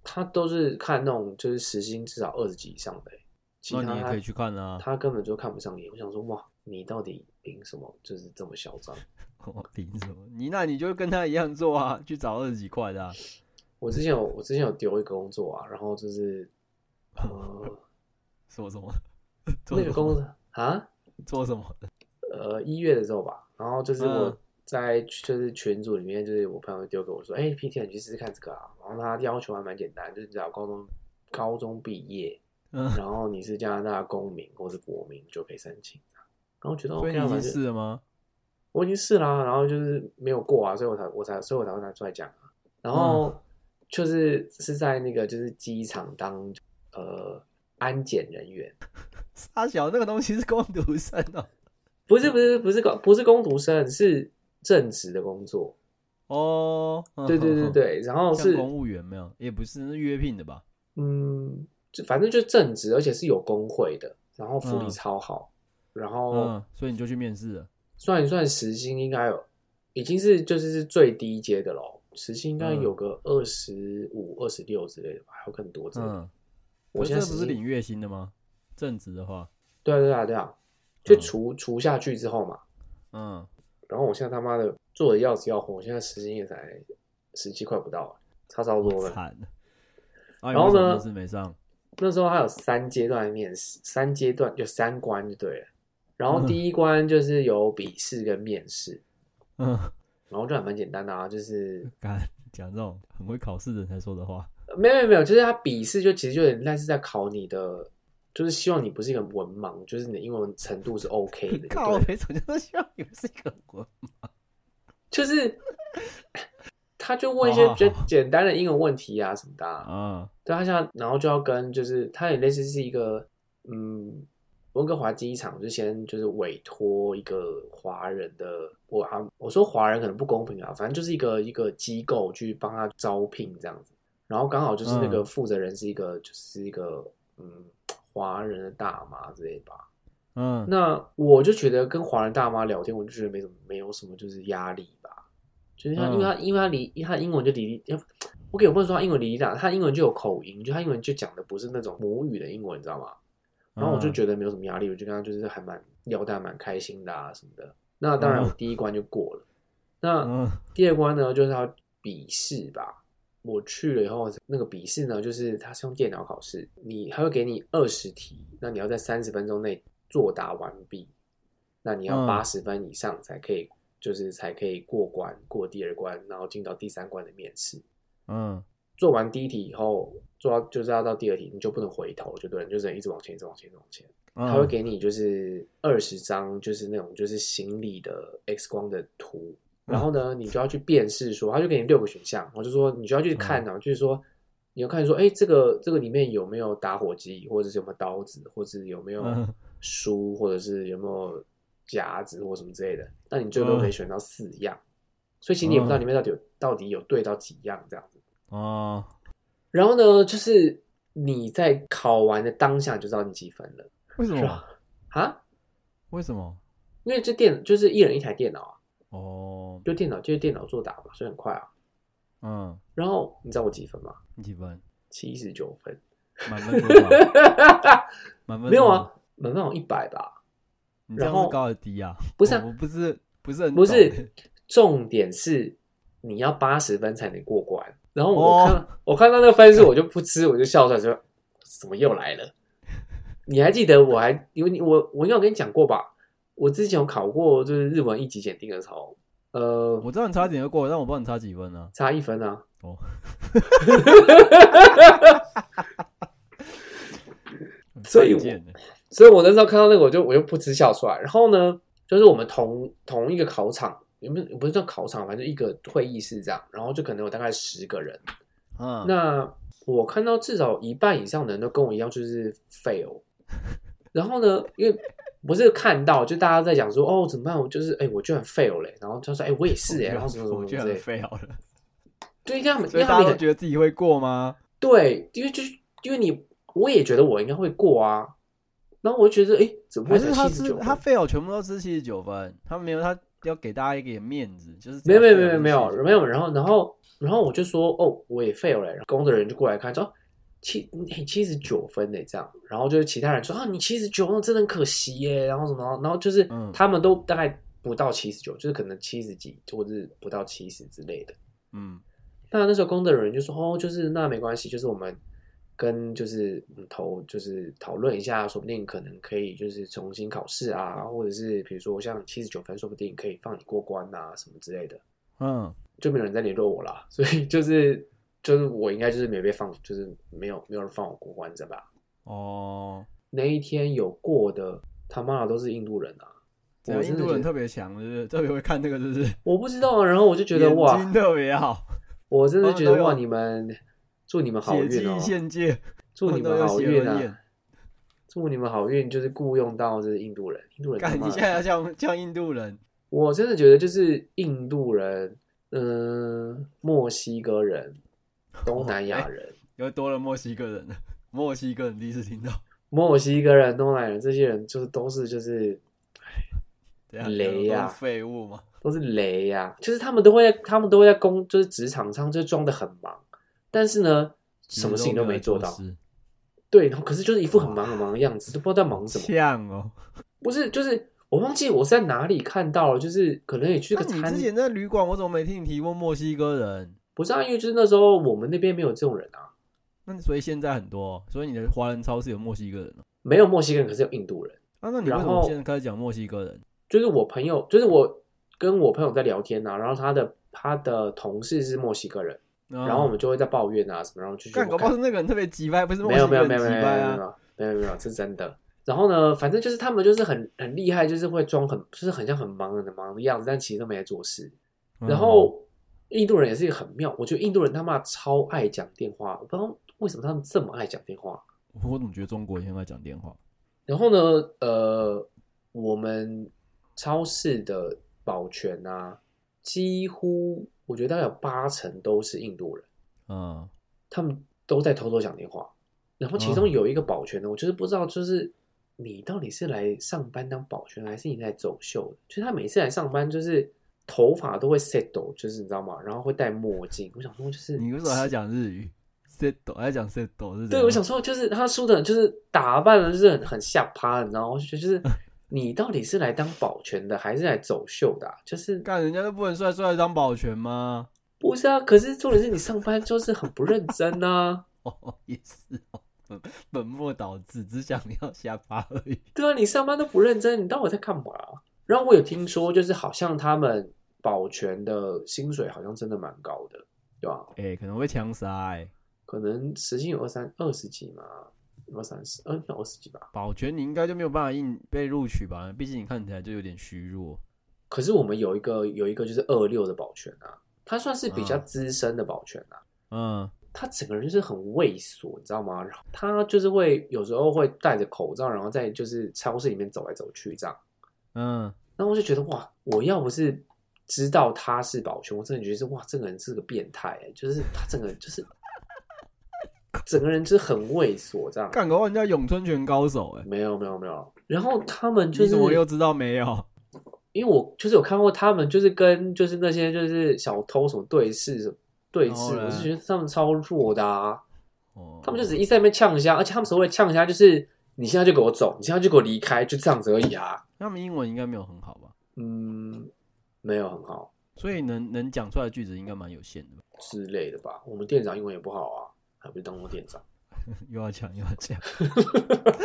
[SPEAKER 1] 他都是看那种就是时薪至少二十几以上的欸、其
[SPEAKER 2] 那
[SPEAKER 1] 他
[SPEAKER 2] 你也可
[SPEAKER 1] 他
[SPEAKER 2] 以去看啊。
[SPEAKER 1] 他根本就看不上眼。我想说，哇，你到底凭什么就是这么嚣张？
[SPEAKER 2] 我凭什么？你那你就跟他一样做啊，去找二十几块的、啊。
[SPEAKER 1] 我之前有我之前有丢一个工作啊，然后就是 呃
[SPEAKER 2] 说什么？ 做
[SPEAKER 1] 那
[SPEAKER 2] 什
[SPEAKER 1] 个
[SPEAKER 2] 么？
[SPEAKER 1] 工作啊。
[SPEAKER 2] 做什么？
[SPEAKER 1] 呃一月的时候吧，然后就是
[SPEAKER 2] 嗯
[SPEAKER 1] 我在就是群组里面，就是我朋友丢给我说，哎、p t 你去试试看这个啊。然后他要求还蛮简单，就是只要高中高中毕业，
[SPEAKER 2] 嗯，
[SPEAKER 1] 然后你是加拿大公民或是国民就可以申请。然后我觉得
[SPEAKER 2] 所
[SPEAKER 1] OK，
[SPEAKER 2] 以你已
[SPEAKER 1] 啊
[SPEAKER 2] 经
[SPEAKER 1] 反正
[SPEAKER 2] 试了吗？
[SPEAKER 1] 我已经试啦、然后就是没有过啊，所以我才我才所以我才会拿出来讲啊。然后
[SPEAKER 2] 嗯
[SPEAKER 1] 就是是在那个就是机场当呃安检人员，
[SPEAKER 2] 傻小，那个东西是工读生哦。
[SPEAKER 1] 不是不是不是工不是工读生，是正职的工作。
[SPEAKER 2] 哦，嗯
[SPEAKER 1] 对对对，
[SPEAKER 2] 哼
[SPEAKER 1] 对，然后
[SPEAKER 2] 哼像
[SPEAKER 1] 是
[SPEAKER 2] 公务员没有，也不是是约聘的吧？
[SPEAKER 1] 嗯，就反正就正职，而且是有工会的，然后福利
[SPEAKER 2] 嗯
[SPEAKER 1] 超好，然后
[SPEAKER 2] 嗯，所以你就去面试了。
[SPEAKER 1] 算一算时薪应该有，已经是就是是最低阶的喽，时薪应该
[SPEAKER 2] 嗯
[SPEAKER 1] 有个二十五、二十六之类的吧，还有更多之类的。
[SPEAKER 2] 嗯，
[SPEAKER 1] 我
[SPEAKER 2] 可
[SPEAKER 1] 现
[SPEAKER 2] 是
[SPEAKER 1] 在
[SPEAKER 2] 这不
[SPEAKER 1] 时
[SPEAKER 2] 是
[SPEAKER 1] 薪
[SPEAKER 2] 领月薪的吗？正职的话，
[SPEAKER 1] 对啊对啊对啊，就
[SPEAKER 2] 嗯
[SPEAKER 1] 除、除下去之后嘛，
[SPEAKER 2] 嗯，
[SPEAKER 1] 然后我现在他妈的做的要死要活，我现在时薪也才十七块不到，差超多了。
[SPEAKER 2] 惨。啊，
[SPEAKER 1] 然后呢
[SPEAKER 2] 是没上，
[SPEAKER 1] 那时候还有三阶段的面试，三阶段有三关就对了。然后
[SPEAKER 2] 嗯
[SPEAKER 1] 第一关就是有笔试跟面试，
[SPEAKER 2] 嗯，
[SPEAKER 1] 然后就还蛮简单的啊，就是
[SPEAKER 2] 干讲这种很会考试的人才说的话。
[SPEAKER 1] 呃没有没有没有，就是他笔试就其实就有点类似在考你的，就是希望你不是一个文盲，就是你的英文程度是 OK 的，就
[SPEAKER 2] 靠
[SPEAKER 1] 对了，
[SPEAKER 2] 北，怎么就希望你们是一个国
[SPEAKER 1] 就是 他就问一些
[SPEAKER 2] 哦好好
[SPEAKER 1] 比较简单的英文问题啊什么的、啊，
[SPEAKER 2] 啊？
[SPEAKER 1] 对他现在然后就要跟就是他也类似是一个嗯温哥华机场就先就是委托一个华人的我啊我说华人可能不公平啊，反正就是一个一个机构去帮他招聘这样子，然后刚好就是那个
[SPEAKER 2] 嗯
[SPEAKER 1] 负责人是一个、就是一个嗯华人的大妈之类吧。
[SPEAKER 2] 嗯，
[SPEAKER 1] 那我就觉得跟华人大妈聊天，我就觉得没什么，没有什么就是压力吧。就是他，
[SPEAKER 2] 嗯
[SPEAKER 1] 因为他，因为他离他英文就离，要不我给我不能说他英文离大，他英文就有口音，就他英文就讲的不是那种母语的英文，你知道吗？然后我就
[SPEAKER 2] 得，
[SPEAKER 1] 觉得没有什么压力，我就跟他就是还蛮聊得还蛮开心的啊什么的。那当然
[SPEAKER 2] 嗯
[SPEAKER 1] 我第一关就过了，那
[SPEAKER 2] 嗯
[SPEAKER 1] 第二关呢就是要笔试吧。我去了以后，那个笔试呢，就是它是用电脑考试，你还会给你二十题，那你要在三十分钟内作答完毕，那你要
[SPEAKER 2] 嗯
[SPEAKER 1] 八十分以上才可以，就是才可以过关过第二关，然后进到第三关的面试。
[SPEAKER 2] 嗯
[SPEAKER 1] 做完第一题以后，做到就是要到第二题，你就不能回头，就对了，你就只能一直往前，一直往前，一直往前。
[SPEAKER 2] 嗯，
[SPEAKER 1] 他会给你就是二十张，就是那种就是行李的 X 光的图，然后呢，你就要去辨识说，他就给你六个选项，我就说你就要去
[SPEAKER 2] 嗯
[SPEAKER 1] 看然后就是说你要看说，哎，这个这个里面有没有打火机，或者是有没有刀子，或者是有没有
[SPEAKER 2] 嗯
[SPEAKER 1] 书，或者是有没有夹子或什么之类的，那你最多可以选到四样，所以其实你也不知道
[SPEAKER 2] 嗯
[SPEAKER 1] 里面到底有到底有对到几样这样子。
[SPEAKER 2] 哦，
[SPEAKER 1] 然后呢，就是你在考完的当下就知道你几分了，
[SPEAKER 2] 为什
[SPEAKER 1] 是吧
[SPEAKER 2] 么？？
[SPEAKER 1] 啊？
[SPEAKER 2] 为什么？
[SPEAKER 1] 因为这电就是一人一台电脑啊，
[SPEAKER 2] 哦，
[SPEAKER 1] 就电脑就是电脑作答嘛，所以很快啊。
[SPEAKER 2] 嗯，
[SPEAKER 1] 然后你知道我几分吗？
[SPEAKER 2] 你几分？
[SPEAKER 1] 七十九分，
[SPEAKER 2] 满分多 少？满分
[SPEAKER 1] 没有
[SPEAKER 2] 多
[SPEAKER 1] 啊
[SPEAKER 2] 少？，
[SPEAKER 1] 满分好像一百吧。
[SPEAKER 2] 你这样
[SPEAKER 1] 然
[SPEAKER 2] 是
[SPEAKER 1] 后
[SPEAKER 2] 高还是低啊？
[SPEAKER 1] 不是啊
[SPEAKER 2] 我我不是不是很
[SPEAKER 1] 不是
[SPEAKER 2] 懂欸
[SPEAKER 1] 重点是你要八十分才能过关。然后
[SPEAKER 2] 哦
[SPEAKER 1] 我看、我看到那个分数，我就不吃，我就笑出来说：“怎么又来了？”你还记得我还因为你我我应该有跟你讲过吧？我之前有考过就是日文一级检定的时候，呃，
[SPEAKER 2] 我知道你差点就过，但我不知道你差几分啊。
[SPEAKER 1] 差一分啊。
[SPEAKER 2] 哦，
[SPEAKER 1] 嗯所以我
[SPEAKER 2] 犯贱欸
[SPEAKER 1] 所以我那时候看到那个，我就我就噗嗤笑出来。然后呢，就是我们同同一个考场，也不是不是叫考场，反正就一个会议室这样，然后就可能有大概十个人。
[SPEAKER 2] 嗯，
[SPEAKER 1] 那我看到至少一半以上的人都跟我一样，就是 fail。然后呢，因为不是看到，就大家在讲说，哦，怎么办？我就是，哎、我居然 fail 嘞、然后他说，哎、我也是哎、然后什么什
[SPEAKER 2] 我
[SPEAKER 1] 么
[SPEAKER 2] 觉
[SPEAKER 1] 之类
[SPEAKER 2] 得很
[SPEAKER 1] 的。
[SPEAKER 2] 废好了。
[SPEAKER 1] 对，因为他们，因
[SPEAKER 2] 所以
[SPEAKER 1] 为
[SPEAKER 2] 大
[SPEAKER 1] 他们
[SPEAKER 2] 家都
[SPEAKER 1] 也
[SPEAKER 2] 觉得自己会过吗？
[SPEAKER 1] 对，因为就是因为你，我也觉得我应该会过啊。然后我就觉得，哎、怎么
[SPEAKER 2] 还
[SPEAKER 1] 会
[SPEAKER 2] 是
[SPEAKER 1] 才
[SPEAKER 2] 他
[SPEAKER 1] 七十
[SPEAKER 2] 是
[SPEAKER 1] 九？
[SPEAKER 2] 他废哦好全部都是七十九分，他没有他要给大家一点面子，就是
[SPEAKER 1] 没有没有没有
[SPEAKER 2] 只要
[SPEAKER 1] 没有
[SPEAKER 2] 废好就是
[SPEAKER 1] 没有，然后然后然后我就说哦，我也 fail 了，然后工作人员就过来看说哦七七十九分呢这样，然后就是其他人说啊你七十九，那真的很可惜耶，然后什么，然后就是
[SPEAKER 2] 嗯
[SPEAKER 1] 他们都大概不到七十九，就是可能七十几或者是不到七十之类的。
[SPEAKER 2] 嗯
[SPEAKER 1] 那那时候工作人员就说哦，就是那没关系，就是我们跟就是嗯投就是讨论一下，说不定可能可以就是重新考试啊，或者是比如说像七十九分，说不定可以放你过关啊什么之类的。
[SPEAKER 2] 嗯
[SPEAKER 1] 就没有人再联络我啦，所以就是就是我应该就是没被放，就是没有没有人放我过关，这吧？
[SPEAKER 2] 哦，
[SPEAKER 1] 那一天有过的他妈的都是印度人啊，
[SPEAKER 2] 只要
[SPEAKER 1] 我真
[SPEAKER 2] 印
[SPEAKER 1] 的
[SPEAKER 2] 度人
[SPEAKER 1] 觉得
[SPEAKER 2] 特别强，就是特别会看这个，就是
[SPEAKER 1] 我不知道啊，然后我就觉得
[SPEAKER 2] 眼
[SPEAKER 1] 哇
[SPEAKER 2] 睛，特别好，
[SPEAKER 1] 我真的觉
[SPEAKER 2] 他们
[SPEAKER 1] 得
[SPEAKER 2] 都有
[SPEAKER 1] 哇，你们祝你们好
[SPEAKER 2] 血
[SPEAKER 1] 运
[SPEAKER 2] 迹
[SPEAKER 1] 哦，
[SPEAKER 2] 献界，
[SPEAKER 1] 祝你
[SPEAKER 2] 他都
[SPEAKER 1] 们
[SPEAKER 2] 有
[SPEAKER 1] 好
[SPEAKER 2] 血
[SPEAKER 1] 运
[SPEAKER 2] 轮
[SPEAKER 1] 啊
[SPEAKER 2] 眼，
[SPEAKER 1] 祝你们好运，就是雇佣到就是印度人，印度人他
[SPEAKER 2] 干
[SPEAKER 1] 妈
[SPEAKER 2] 你
[SPEAKER 1] 的
[SPEAKER 2] 现在要像像印度人，
[SPEAKER 1] 我真的觉得就是印度人，嗯、墨西哥人，东南亚人。
[SPEAKER 2] 又多了墨西哥人了， 墨西哥人第一次听到，
[SPEAKER 1] 墨西哥人、东南亚人这些人，就是都是就是
[SPEAKER 2] 怎样
[SPEAKER 1] 雷啊
[SPEAKER 2] 有
[SPEAKER 1] 呀
[SPEAKER 2] 多废物嘛，
[SPEAKER 1] 都是雷呀、就是他们都会在他们都会在工就是职场上就装的很忙，但是呢，什么事情嗯都没做到。
[SPEAKER 2] 是
[SPEAKER 1] 对，然后可是就是一副很忙很忙的样子，都不知道在忙什么。
[SPEAKER 2] 呛哦。
[SPEAKER 1] 不是，就是我忘记我是在哪里看到了，就是可能也去
[SPEAKER 2] 那
[SPEAKER 1] 个
[SPEAKER 2] 啊你
[SPEAKER 1] 餐
[SPEAKER 2] 之，前在旅馆，我怎么没听你提过墨西哥人？
[SPEAKER 1] 不是啊，因为就是那时候我们那边没有这种人啊，
[SPEAKER 2] 那所以现在很多，哦所以你的华人超市有墨西哥人哦
[SPEAKER 1] 没有墨西哥人，可是有印度人。
[SPEAKER 2] 啊，那你为什
[SPEAKER 1] 然
[SPEAKER 2] 么
[SPEAKER 1] 后
[SPEAKER 2] 现在开始讲墨西哥人？
[SPEAKER 1] 就是我朋友，就是我跟我朋友在聊天呐、啊，然后他的他的同事是墨西哥人，
[SPEAKER 2] 然
[SPEAKER 1] 然后我们就会在抱怨啊什么，然后就去
[SPEAKER 2] 啊干，搞不好是那个人特别急掰，不是墨
[SPEAKER 1] 没
[SPEAKER 2] 西
[SPEAKER 1] 有没
[SPEAKER 2] 哥
[SPEAKER 1] 有
[SPEAKER 2] 人
[SPEAKER 1] 没有没有
[SPEAKER 2] 急
[SPEAKER 1] 没有
[SPEAKER 2] 掰
[SPEAKER 1] 没
[SPEAKER 2] 啊。
[SPEAKER 1] 有没有没有，这是真的。然后呢，反正就是他们就是很很厉害，就是会装很就是很像很忙很忙的样子，但其实都没在做事。
[SPEAKER 2] 嗯
[SPEAKER 1] 然后印度人也是一个很妙，我觉得印度人他妈超爱讲电话，我不知道为什么他们这么爱讲电话。
[SPEAKER 2] 我怎么觉得中国人现在讲电话？
[SPEAKER 1] 然后呢，呃，我们超市的保全啊，几乎我觉得大概有八成都是印度人。
[SPEAKER 2] 嗯，
[SPEAKER 1] 他们都在偷偷讲电话。然后其中有一个保全呢，我就是不知道，就是你到底是来上班当保全，还是你来走秀的？就是他每次来上班，就是头发都会 settle，就是你知道吗？然后会戴墨镜。我想说，就是
[SPEAKER 2] 你为什么还要讲日语？settle 还要讲 settle 是怎样？
[SPEAKER 1] 对，我想说，就是他梳的，就是打扮的，就是很很下趴，你知道吗？我就觉得， 就是你到底是来当保全的，还是来走秀的啊、就是
[SPEAKER 2] 干人家都不能帅帅当保全吗？
[SPEAKER 1] 不是啊？可是重点是你上班就是很不认真啊。
[SPEAKER 2] 哦， 也是哦，本本末倒置，只想要下巴而已。
[SPEAKER 1] 对啊，你上班都不认真，你到底在干嘛啊、然后我有听说，就是好像他们保全的薪水好像真的蛮高的，对吧？
[SPEAKER 2] 哎、可能会枪杀哎，
[SPEAKER 1] 可能时薪有二三二十几嘛，二三十，嗯，二十几吧。
[SPEAKER 2] 保全你应该就没有办法应被录取吧？毕竟你看起来就有点虚弱。
[SPEAKER 1] 可是我们有一个有一个就是二六的保全啊，他算是比较
[SPEAKER 2] 嗯
[SPEAKER 1] 资深的保全啊，
[SPEAKER 2] 嗯，
[SPEAKER 1] 他整个人就是很畏缩，你知道吗？然后他就是会有时候会戴着口罩，然后在就是超市里面走来走去这样。
[SPEAKER 2] 嗯，
[SPEAKER 1] 然后我就觉得哇，我要不是知道他是保全，我真的觉得是哇，这个人是个变态欸，就是他整个就是 整个人就是很猥琐这样。
[SPEAKER 2] 干搞人家咏春拳高手哎、
[SPEAKER 1] 没有没有没有，然后他们
[SPEAKER 2] 你
[SPEAKER 1] 就是
[SPEAKER 2] 怎么又知道没有？
[SPEAKER 1] 因为我就是有看过他们，就是跟就是那些就是小偷什么对视什么对
[SPEAKER 2] 然
[SPEAKER 1] 视，
[SPEAKER 2] 后呢
[SPEAKER 1] 我是觉得他们超弱的啊，
[SPEAKER 2] 哦，
[SPEAKER 1] 他们就只一直在那边呛一下，而且他们所谓的呛一下就是你现在就给我走，你现在就给我离开，就这样子而已啊。
[SPEAKER 2] 他们英文应该没有很好吧？
[SPEAKER 1] 嗯，没有很好
[SPEAKER 2] 所以能能讲出来的句子应该蛮有限的吧？
[SPEAKER 1] 之类的吧。我们店长英文也不好啊，还不是当过店长。
[SPEAKER 2] 又要讲又要 讲，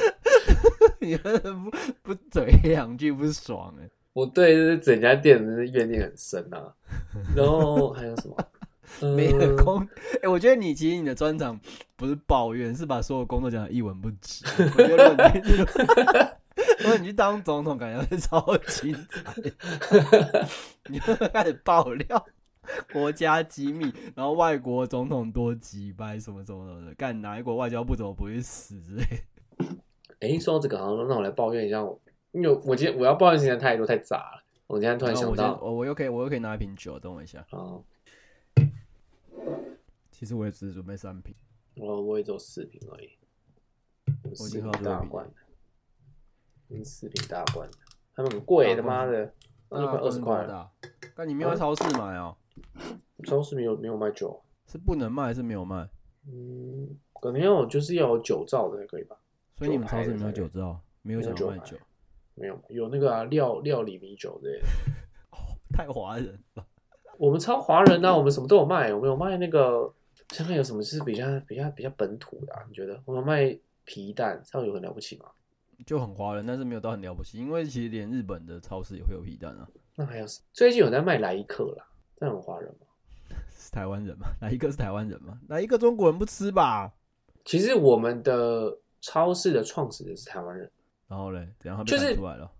[SPEAKER 2] 你不不嘴两句不爽哎、
[SPEAKER 1] 我对就是整家店的怨念很深 啊。然后还有 什么？嗯
[SPEAKER 2] 没有 工哎、我觉得你其实你的专长不是抱怨，是把所有工作讲的一文不值。我觉得如果你如果你去当总统，感觉会超精彩。你就会开始爆料国家机密，然后外国总统多鸡掰什么什么什么的，干哪一国外交部怎么不会死之类的。
[SPEAKER 1] 哎，说到这个，好像让我来抱怨一下我，因为我今天我要抱怨的事情太多太杂了。我今天突然
[SPEAKER 2] 然后
[SPEAKER 1] 想
[SPEAKER 2] 我先
[SPEAKER 1] 到，
[SPEAKER 2] 我我又可以我又可以拿一瓶酒，等我一下。
[SPEAKER 1] 啊，
[SPEAKER 2] 其实我也只准备三瓶。
[SPEAKER 1] 我我也只有四瓶而已，有
[SPEAKER 2] 我已
[SPEAKER 1] 四
[SPEAKER 2] 经
[SPEAKER 1] 瓶
[SPEAKER 2] 喝到
[SPEAKER 1] 大
[SPEAKER 2] 这瓶
[SPEAKER 1] 罐的，嗯四瓶大罐的，他们很贵，他
[SPEAKER 2] 大罐
[SPEAKER 1] 妈的，那就
[SPEAKER 2] 啊
[SPEAKER 1] 快二十块了。啊
[SPEAKER 2] 大。但你没有在超市买哦、
[SPEAKER 1] 超市没有没有卖酒，
[SPEAKER 2] 是不能卖还是没有卖？
[SPEAKER 1] 嗯，可能要有就是要有酒造的才可以吧？
[SPEAKER 2] 所以你们超市没有酒之后，没有
[SPEAKER 1] 没有
[SPEAKER 2] 想
[SPEAKER 1] 酒
[SPEAKER 2] 要卖
[SPEAKER 1] 牌
[SPEAKER 2] 酒，
[SPEAKER 1] 没有，有那个啊料料理米酒之类的。
[SPEAKER 2] 太华人了。
[SPEAKER 1] 我们超华人呐、啊
[SPEAKER 2] 嗯
[SPEAKER 1] 我们什么都有卖，我们有卖那个，想看有什么是比较比较比较本土的、啊？你觉得我们卖皮蛋，这样有很了不起吗？
[SPEAKER 2] 就很华人，但是没有到很了不起，因为其实连日本的超市也会有皮蛋啊，
[SPEAKER 1] 那还有什最近有在卖来一克啦，这样很华人吗？
[SPEAKER 2] 是台湾人嘛？ 哪一个是台湾人嘛？哪一个中国人不吃吧？
[SPEAKER 1] 其实我们的超市的创始人是台湾人，
[SPEAKER 2] 然后嘞，然后被
[SPEAKER 1] 就是
[SPEAKER 2] 赶出来了，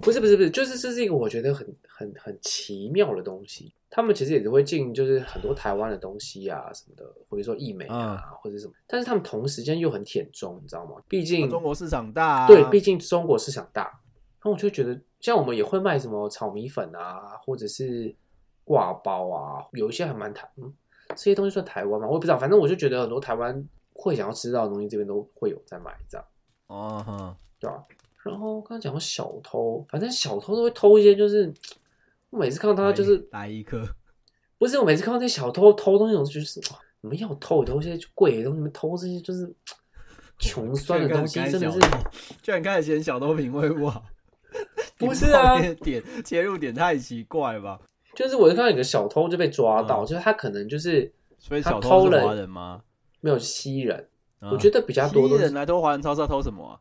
[SPEAKER 1] 不是不是不是，就是这是一个我觉得很很很奇妙的东西。他们其实也是会进，就是很多台湾的东西啊什么的，或者说意美啊、或者什么，但是他们同时间又很舔中，你知道吗？毕竟
[SPEAKER 2] 中国市场大、啊，
[SPEAKER 1] 对，毕竟中国市场大，然后我就觉得，像我们也会卖什么炒米粉啊，或者是挂包啊，有一些还蛮台，嗯，这些东西算台湾吗？我也不知道，反正我就觉得很多台湾会想要吃到的东西，这边都会有在买，这样
[SPEAKER 2] 哦哈，
[SPEAKER 1] 对吧？然后刚刚讲到小偷，反正小偷都会偷一些，就是我每次看到他就是
[SPEAKER 2] 来来一颗，
[SPEAKER 1] 不是我每次看到那小偷偷东西，我就觉得是哇你们要偷也偷些贵的东西，你们偷这些就是穷酸的东 西，真的是。
[SPEAKER 2] 居然开始嫌小偷品味不好，
[SPEAKER 1] 不是啊
[SPEAKER 2] 你冒那个点切入点太奇怪了吧？
[SPEAKER 1] 就是我就看到有个小偷就被抓到，
[SPEAKER 2] 嗯
[SPEAKER 1] 就是他可能就是
[SPEAKER 2] 所以
[SPEAKER 1] 他
[SPEAKER 2] 小
[SPEAKER 1] 偷
[SPEAKER 2] 偷是
[SPEAKER 1] 了
[SPEAKER 2] 华人吗？
[SPEAKER 1] 没有西人，
[SPEAKER 2] 啊
[SPEAKER 1] 我觉得比较多
[SPEAKER 2] 西
[SPEAKER 1] 都
[SPEAKER 2] 人
[SPEAKER 1] 是
[SPEAKER 2] 来偷华人超市要偷什么、啊？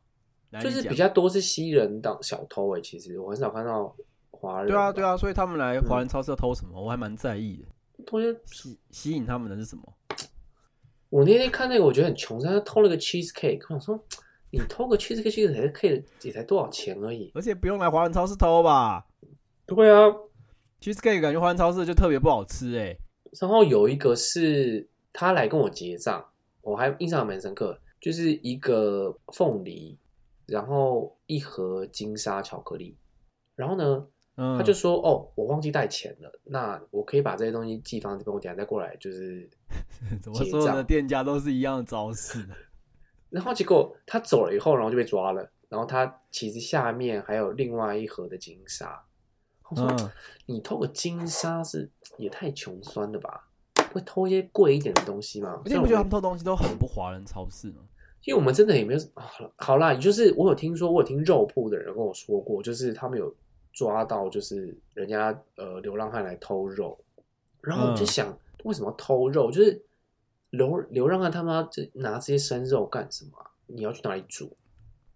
[SPEAKER 2] 来
[SPEAKER 1] 就
[SPEAKER 2] 你
[SPEAKER 1] 是
[SPEAKER 2] 讲
[SPEAKER 1] 比较多是西人当小偷哎、其实我很少看到华人。
[SPEAKER 2] 对啊，对
[SPEAKER 1] 啊，
[SPEAKER 2] 啊，所以他们来华人超市要偷什么，我还蛮在意的。
[SPEAKER 1] 同学，
[SPEAKER 2] 吸吸引他们的是什么？
[SPEAKER 1] 我那天看那个我觉得很穷，但他偷了个 cheese cake，我想说你偷个 cheese cake 才可以也才多少钱而已。
[SPEAKER 2] 而且不用来华人超市偷吧
[SPEAKER 1] 对啊，
[SPEAKER 2] ？cheesecake 感觉华人超市就特别不好吃哎、
[SPEAKER 1] 然后有一个是他来跟我结账，我还印象还蛮深刻，就是一个凤梨，然后一盒金沙巧克力，然后呢，
[SPEAKER 2] 嗯，
[SPEAKER 1] 他就说：“哦，我忘记带钱了，那我可以把这些东西寄放这边，我等一下再过来。”就是，
[SPEAKER 2] 怎么所有的店家都是一样的招式，
[SPEAKER 1] 然后结果他走了以后，然后就被抓了。然后他其实下面还有另外一盒的金沙。我说：“
[SPEAKER 2] 嗯，
[SPEAKER 1] 你偷个金沙是也太穷酸了吧？会偷一些贵一点的东西吗？”
[SPEAKER 2] 而且你不觉得他们偷东西都很不华人超市吗？
[SPEAKER 1] 因为我们真的也没有啊好了，好啦，也就是我有听说，我有听肉铺的人跟我说过，就是他们有抓到，就是人家呃流浪汉来偷肉，然后我就
[SPEAKER 2] 嗯
[SPEAKER 1] 想，为什么要偷肉？就是流流浪汉他妈这拿这些生肉干什么啊、你要去哪里煮？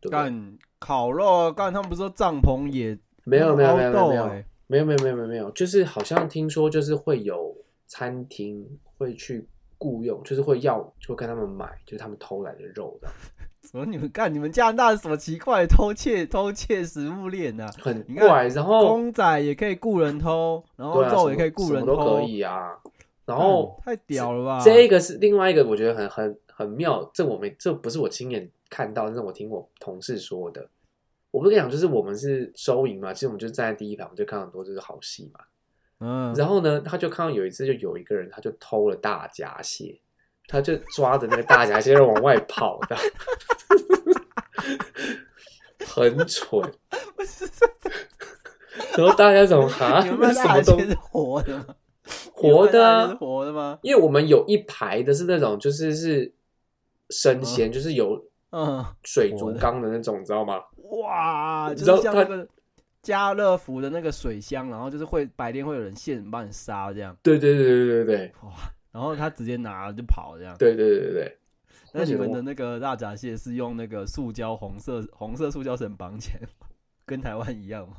[SPEAKER 1] 对不对？
[SPEAKER 2] 干烤肉啊，干他们不是说帐篷也
[SPEAKER 1] 没有没有没有没
[SPEAKER 2] 凹
[SPEAKER 1] 有
[SPEAKER 2] 豆
[SPEAKER 1] 没有
[SPEAKER 2] 嗯欸
[SPEAKER 1] 没有没有没有没有没有，就是好像听说就是会有餐厅会去雇佣，就是会要就会跟他们买，就是他们偷来的肉这样，
[SPEAKER 2] 什么你们干你们加拿大是什么奇怪的偷窃 偷窃食物链啊？
[SPEAKER 1] 很
[SPEAKER 2] 你看
[SPEAKER 1] 怪。然后
[SPEAKER 2] 公仔也可以雇人偷，然后
[SPEAKER 1] 哦对啊，
[SPEAKER 2] 肉也
[SPEAKER 1] 什么
[SPEAKER 2] 可以雇人
[SPEAKER 1] 什
[SPEAKER 2] 哦嗯啊
[SPEAKER 1] 么
[SPEAKER 2] 偷，
[SPEAKER 1] 都可以啊。然后
[SPEAKER 2] 干太屌了吧？
[SPEAKER 1] 这一个是另外一个，我觉得很很很妙，这我没这不是我亲眼看到，但是我听我同事说的。我不是跟你讲，就是我们是收银嘛，其实我们就站在第一排，我们就看很多就是好戏嘛。
[SPEAKER 2] 嗯，
[SPEAKER 1] 然后呢，他就看到有一次就有一个人，他就偷了大闸蟹，他就抓着那个大闸蟹要往外跑的， 很蠢。
[SPEAKER 2] 不是这
[SPEAKER 1] 然后大家怎么哈，
[SPEAKER 2] 你们
[SPEAKER 1] 那
[SPEAKER 2] 那
[SPEAKER 1] 什么东
[SPEAKER 2] 蟹啊是活的吗？
[SPEAKER 1] 活的啊
[SPEAKER 2] 你们那蟹是活的吗？
[SPEAKER 1] 因为我们有一排的是那种就是是生鲜，就是有
[SPEAKER 2] 嗯，
[SPEAKER 1] 水族缸的那种，你知道吗？
[SPEAKER 2] 哇，
[SPEAKER 1] 你
[SPEAKER 2] 就
[SPEAKER 1] 知道
[SPEAKER 2] 是像那个家乐福的那个水箱，然后就是会白天会有人现帮你杀这样，
[SPEAKER 1] 对对对对对对
[SPEAKER 2] 然后他直接拿了就跑这样。
[SPEAKER 1] 对对对对对。
[SPEAKER 2] 那你
[SPEAKER 1] 我觉
[SPEAKER 2] 们
[SPEAKER 1] 得
[SPEAKER 2] 的
[SPEAKER 1] 我
[SPEAKER 2] 那个大闸蟹是用那个塑胶红色红色塑胶绳绑起来吗，跟台湾一样吗？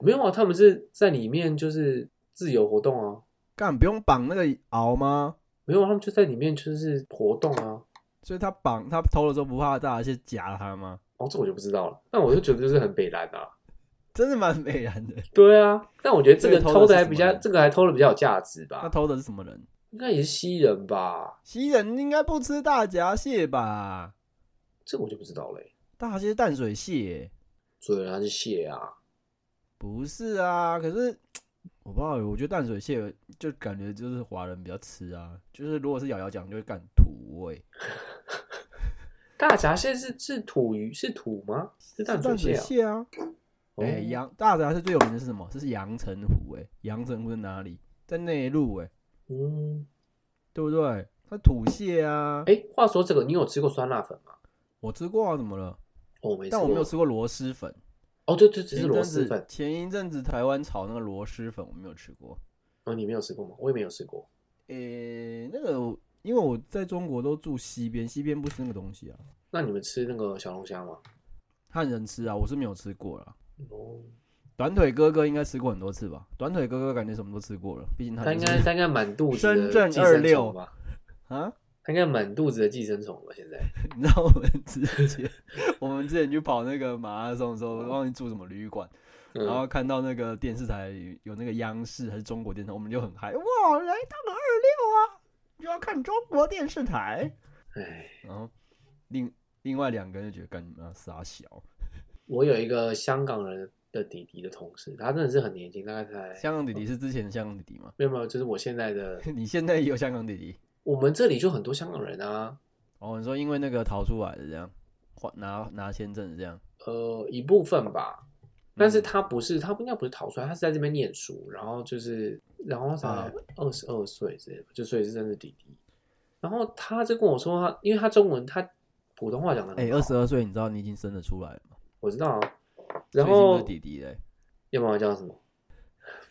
[SPEAKER 1] 没有啊？他们是在里面就是自由活动啊，
[SPEAKER 2] 干不用绑那个螯吗？
[SPEAKER 1] 没有啊，他们就在里面就是活动啊。
[SPEAKER 2] 所以他绑他偷的时候不怕大闸蟹夹了他吗？
[SPEAKER 1] 哦，这我就不知道了。那我就觉得就是很北蓝啊。
[SPEAKER 2] 真的蛮美然 的。
[SPEAKER 1] 对啊，但我觉得这个
[SPEAKER 2] 这个
[SPEAKER 1] 偷
[SPEAKER 2] 偷的
[SPEAKER 1] 的
[SPEAKER 2] 是
[SPEAKER 1] 还
[SPEAKER 2] 什么
[SPEAKER 1] 比较，
[SPEAKER 2] 呢
[SPEAKER 1] 这个还偷的比较有价值
[SPEAKER 2] 他
[SPEAKER 1] 吧？
[SPEAKER 2] 偷的是什么人？
[SPEAKER 1] 应该也是蜥人吧？
[SPEAKER 2] 西人应该不吃大闸蟹吧？
[SPEAKER 1] 这个我就不知道欸嘞。
[SPEAKER 2] 大闸蟹是淡水蟹欸耶、
[SPEAKER 1] 所以它是蟹啊，
[SPEAKER 2] 不是啊，可是我不知道耶，我觉得淡水蟹就感觉就是华人比较吃啊，就是如果是瑶瑶讲就会干土味，
[SPEAKER 1] 大闸蟹是是土鱼是土吗？是淡水
[SPEAKER 2] 淡
[SPEAKER 1] 蟹
[SPEAKER 2] 水
[SPEAKER 1] 啊？
[SPEAKER 2] 蟹啊。
[SPEAKER 1] 哦
[SPEAKER 2] 哎、阳大闸蟹最有名的是什么？这是阳澄湖哎、阳澄湖在哪里？在内陆哎，
[SPEAKER 1] 嗯，
[SPEAKER 2] 对不对？它土蟹啊，
[SPEAKER 1] 哎，话说这个，你有吃过酸辣粉吗？
[SPEAKER 2] 我吃过啊，怎么了？
[SPEAKER 1] 哦我没吃过，
[SPEAKER 2] 但我没有吃过螺蛳粉，
[SPEAKER 1] 哦，对对，只
[SPEAKER 2] 前
[SPEAKER 1] 是
[SPEAKER 2] 一
[SPEAKER 1] 螺
[SPEAKER 2] 阵
[SPEAKER 1] 蛳
[SPEAKER 2] 子
[SPEAKER 1] 粉。
[SPEAKER 2] 前一阵子台湾炒那个螺蛳粉，我没有吃过。
[SPEAKER 1] 哦，你没有吃过吗？我也没有吃过。
[SPEAKER 2] 诶、哎那个我因为我在中国都住西边，西边不吃那个东西啊，
[SPEAKER 1] 那你们吃那个小龙虾吗？
[SPEAKER 2] 汉人吃啊，我是没有吃过啦。
[SPEAKER 1] 哦，
[SPEAKER 2] 短腿哥哥应该吃过很多次吧？短腿哥哥感觉什么都吃过了，毕竟他
[SPEAKER 1] 他
[SPEAKER 2] 就
[SPEAKER 1] 应
[SPEAKER 2] 是
[SPEAKER 1] 该他应该满肚子
[SPEAKER 2] 深
[SPEAKER 1] 的
[SPEAKER 2] 圳
[SPEAKER 1] 寄生
[SPEAKER 2] 26
[SPEAKER 1] 虫吧？
[SPEAKER 2] 啊，
[SPEAKER 1] 他应该满肚子的寄生虫了。现在
[SPEAKER 2] 你知道我们之前我们之前去跑那个马拉松的时候，忘记住什么旅馆，
[SPEAKER 1] 嗯
[SPEAKER 2] 然后看到那个电视台有那个央视还是中国电视台，我们就很嗨，哇，来到了二六啊，就要看中国电视台。
[SPEAKER 1] 哎，
[SPEAKER 2] 然后另另外两个人就觉得干你妈傻小，
[SPEAKER 1] 我有一个香港人的弟弟的同事，他真的是很年轻，大概才
[SPEAKER 2] 香港弟弟是之前的香港弟弟吗？
[SPEAKER 1] 没有没有，就是我现在的，
[SPEAKER 2] 你现在也有香港弟弟？
[SPEAKER 1] 我们这里就很多香港人啊。
[SPEAKER 2] 哦，你说因为那个逃出来的这样，换拿拿签证的这样，
[SPEAKER 1] 呃，一部分吧，但
[SPEAKER 2] 嗯
[SPEAKER 1] 是他不是，他应该不是逃出来，他是在这边念书，然后就是，然后才
[SPEAKER 2] 哎
[SPEAKER 1] 二十二岁之类的，就所以是真的弟弟。然后他就跟我说他，因为他中文他普通话讲的
[SPEAKER 2] 哎，二十二岁，你知道你已经生得出来了吗？
[SPEAKER 1] 我知道啊。然
[SPEAKER 2] 所以已经不
[SPEAKER 1] 后
[SPEAKER 2] 是弟弟嘞，哎
[SPEAKER 1] 要不然叫什么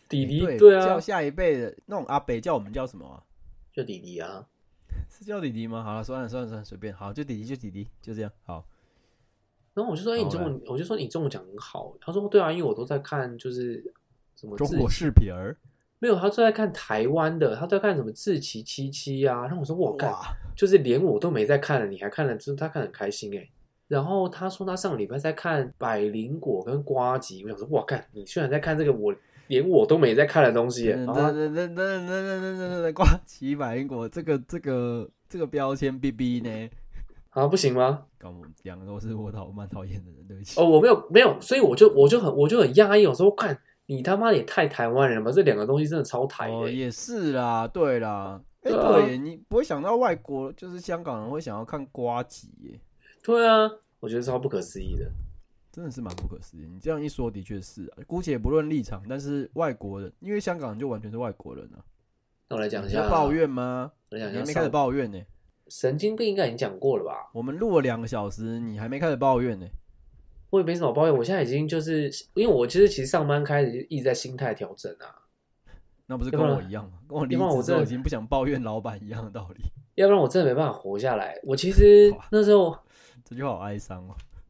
[SPEAKER 1] 弟弟？
[SPEAKER 2] 对
[SPEAKER 1] 对
[SPEAKER 2] 叫
[SPEAKER 1] 啊，
[SPEAKER 2] 下一辈的那种阿北叫我们叫什么啊？
[SPEAKER 1] 就弟弟啊。
[SPEAKER 2] 是叫弟弟吗？好了，算了算了算了，随便，好就弟弟就弟弟，就这样，好，
[SPEAKER 1] 然后我就说，哎、你中文，我就说你中文讲很好。他说，对啊，因为我都在看就是什么
[SPEAKER 2] 中
[SPEAKER 1] 自
[SPEAKER 2] 国视频儿，
[SPEAKER 1] 没有，他都在看台湾的，他都在看什么自奇七七啊。然后我说，我干，
[SPEAKER 2] 哇，
[SPEAKER 1] 就是连我都没在看了，你还看了，就是他看得很开心哎、然后他说他上个礼拜在看百灵果跟瓜吉，我想说哇，看你居然在看这个我连我都没在看的东西欸耶、
[SPEAKER 2] 等
[SPEAKER 1] 然
[SPEAKER 2] 等
[SPEAKER 1] 后他
[SPEAKER 2] 等等等等等等等，挂起百灵果这个这个这个标签 B B 呢？
[SPEAKER 1] 啊不行吗？哦
[SPEAKER 2] 刚我们两个都是我讨蛮讨厌的人，对不起。
[SPEAKER 1] 哦，我没有没有，所以我就我就很我就很压抑，我说看你他妈也太台湾人了吧！这两个东西真的超台的、
[SPEAKER 2] 哦，也是啦，对啦，哎、
[SPEAKER 1] 对啊
[SPEAKER 2] 对耶，你不会想到外国就是香港人会想要看瓜吉耶，
[SPEAKER 1] 对啊，我觉得超不可思议的。
[SPEAKER 2] 真的是蛮不可思议。你这样一说，的确是啊。姑且不论立场，但是外国人，因为香港人就完全是外国人啊。
[SPEAKER 1] 那我来讲一
[SPEAKER 2] 你
[SPEAKER 1] 下
[SPEAKER 2] 要抱，怨吗？
[SPEAKER 1] 我来
[SPEAKER 2] 你
[SPEAKER 1] 讲一下
[SPEAKER 2] 还没
[SPEAKER 1] 上
[SPEAKER 2] 开始抱怨呢、
[SPEAKER 1] 神经病应该已经讲过了吧？
[SPEAKER 2] 我们录了两个小时，你还没开始抱怨呢、
[SPEAKER 1] 我也没什么抱怨，我现在已经就是因为我其实其实上班开始就一直在心态调整啊，
[SPEAKER 2] 那不是
[SPEAKER 1] 要
[SPEAKER 2] 跟
[SPEAKER 1] 不然
[SPEAKER 2] 我一样吗？跟我离
[SPEAKER 1] 要不然我
[SPEAKER 2] 职之后
[SPEAKER 1] 真
[SPEAKER 2] 已
[SPEAKER 1] 的
[SPEAKER 2] 经不想抱怨老板一样的道理。
[SPEAKER 1] 要不然我真的没办法活下来。我其实那时候
[SPEAKER 2] 这句话好哀伤哦。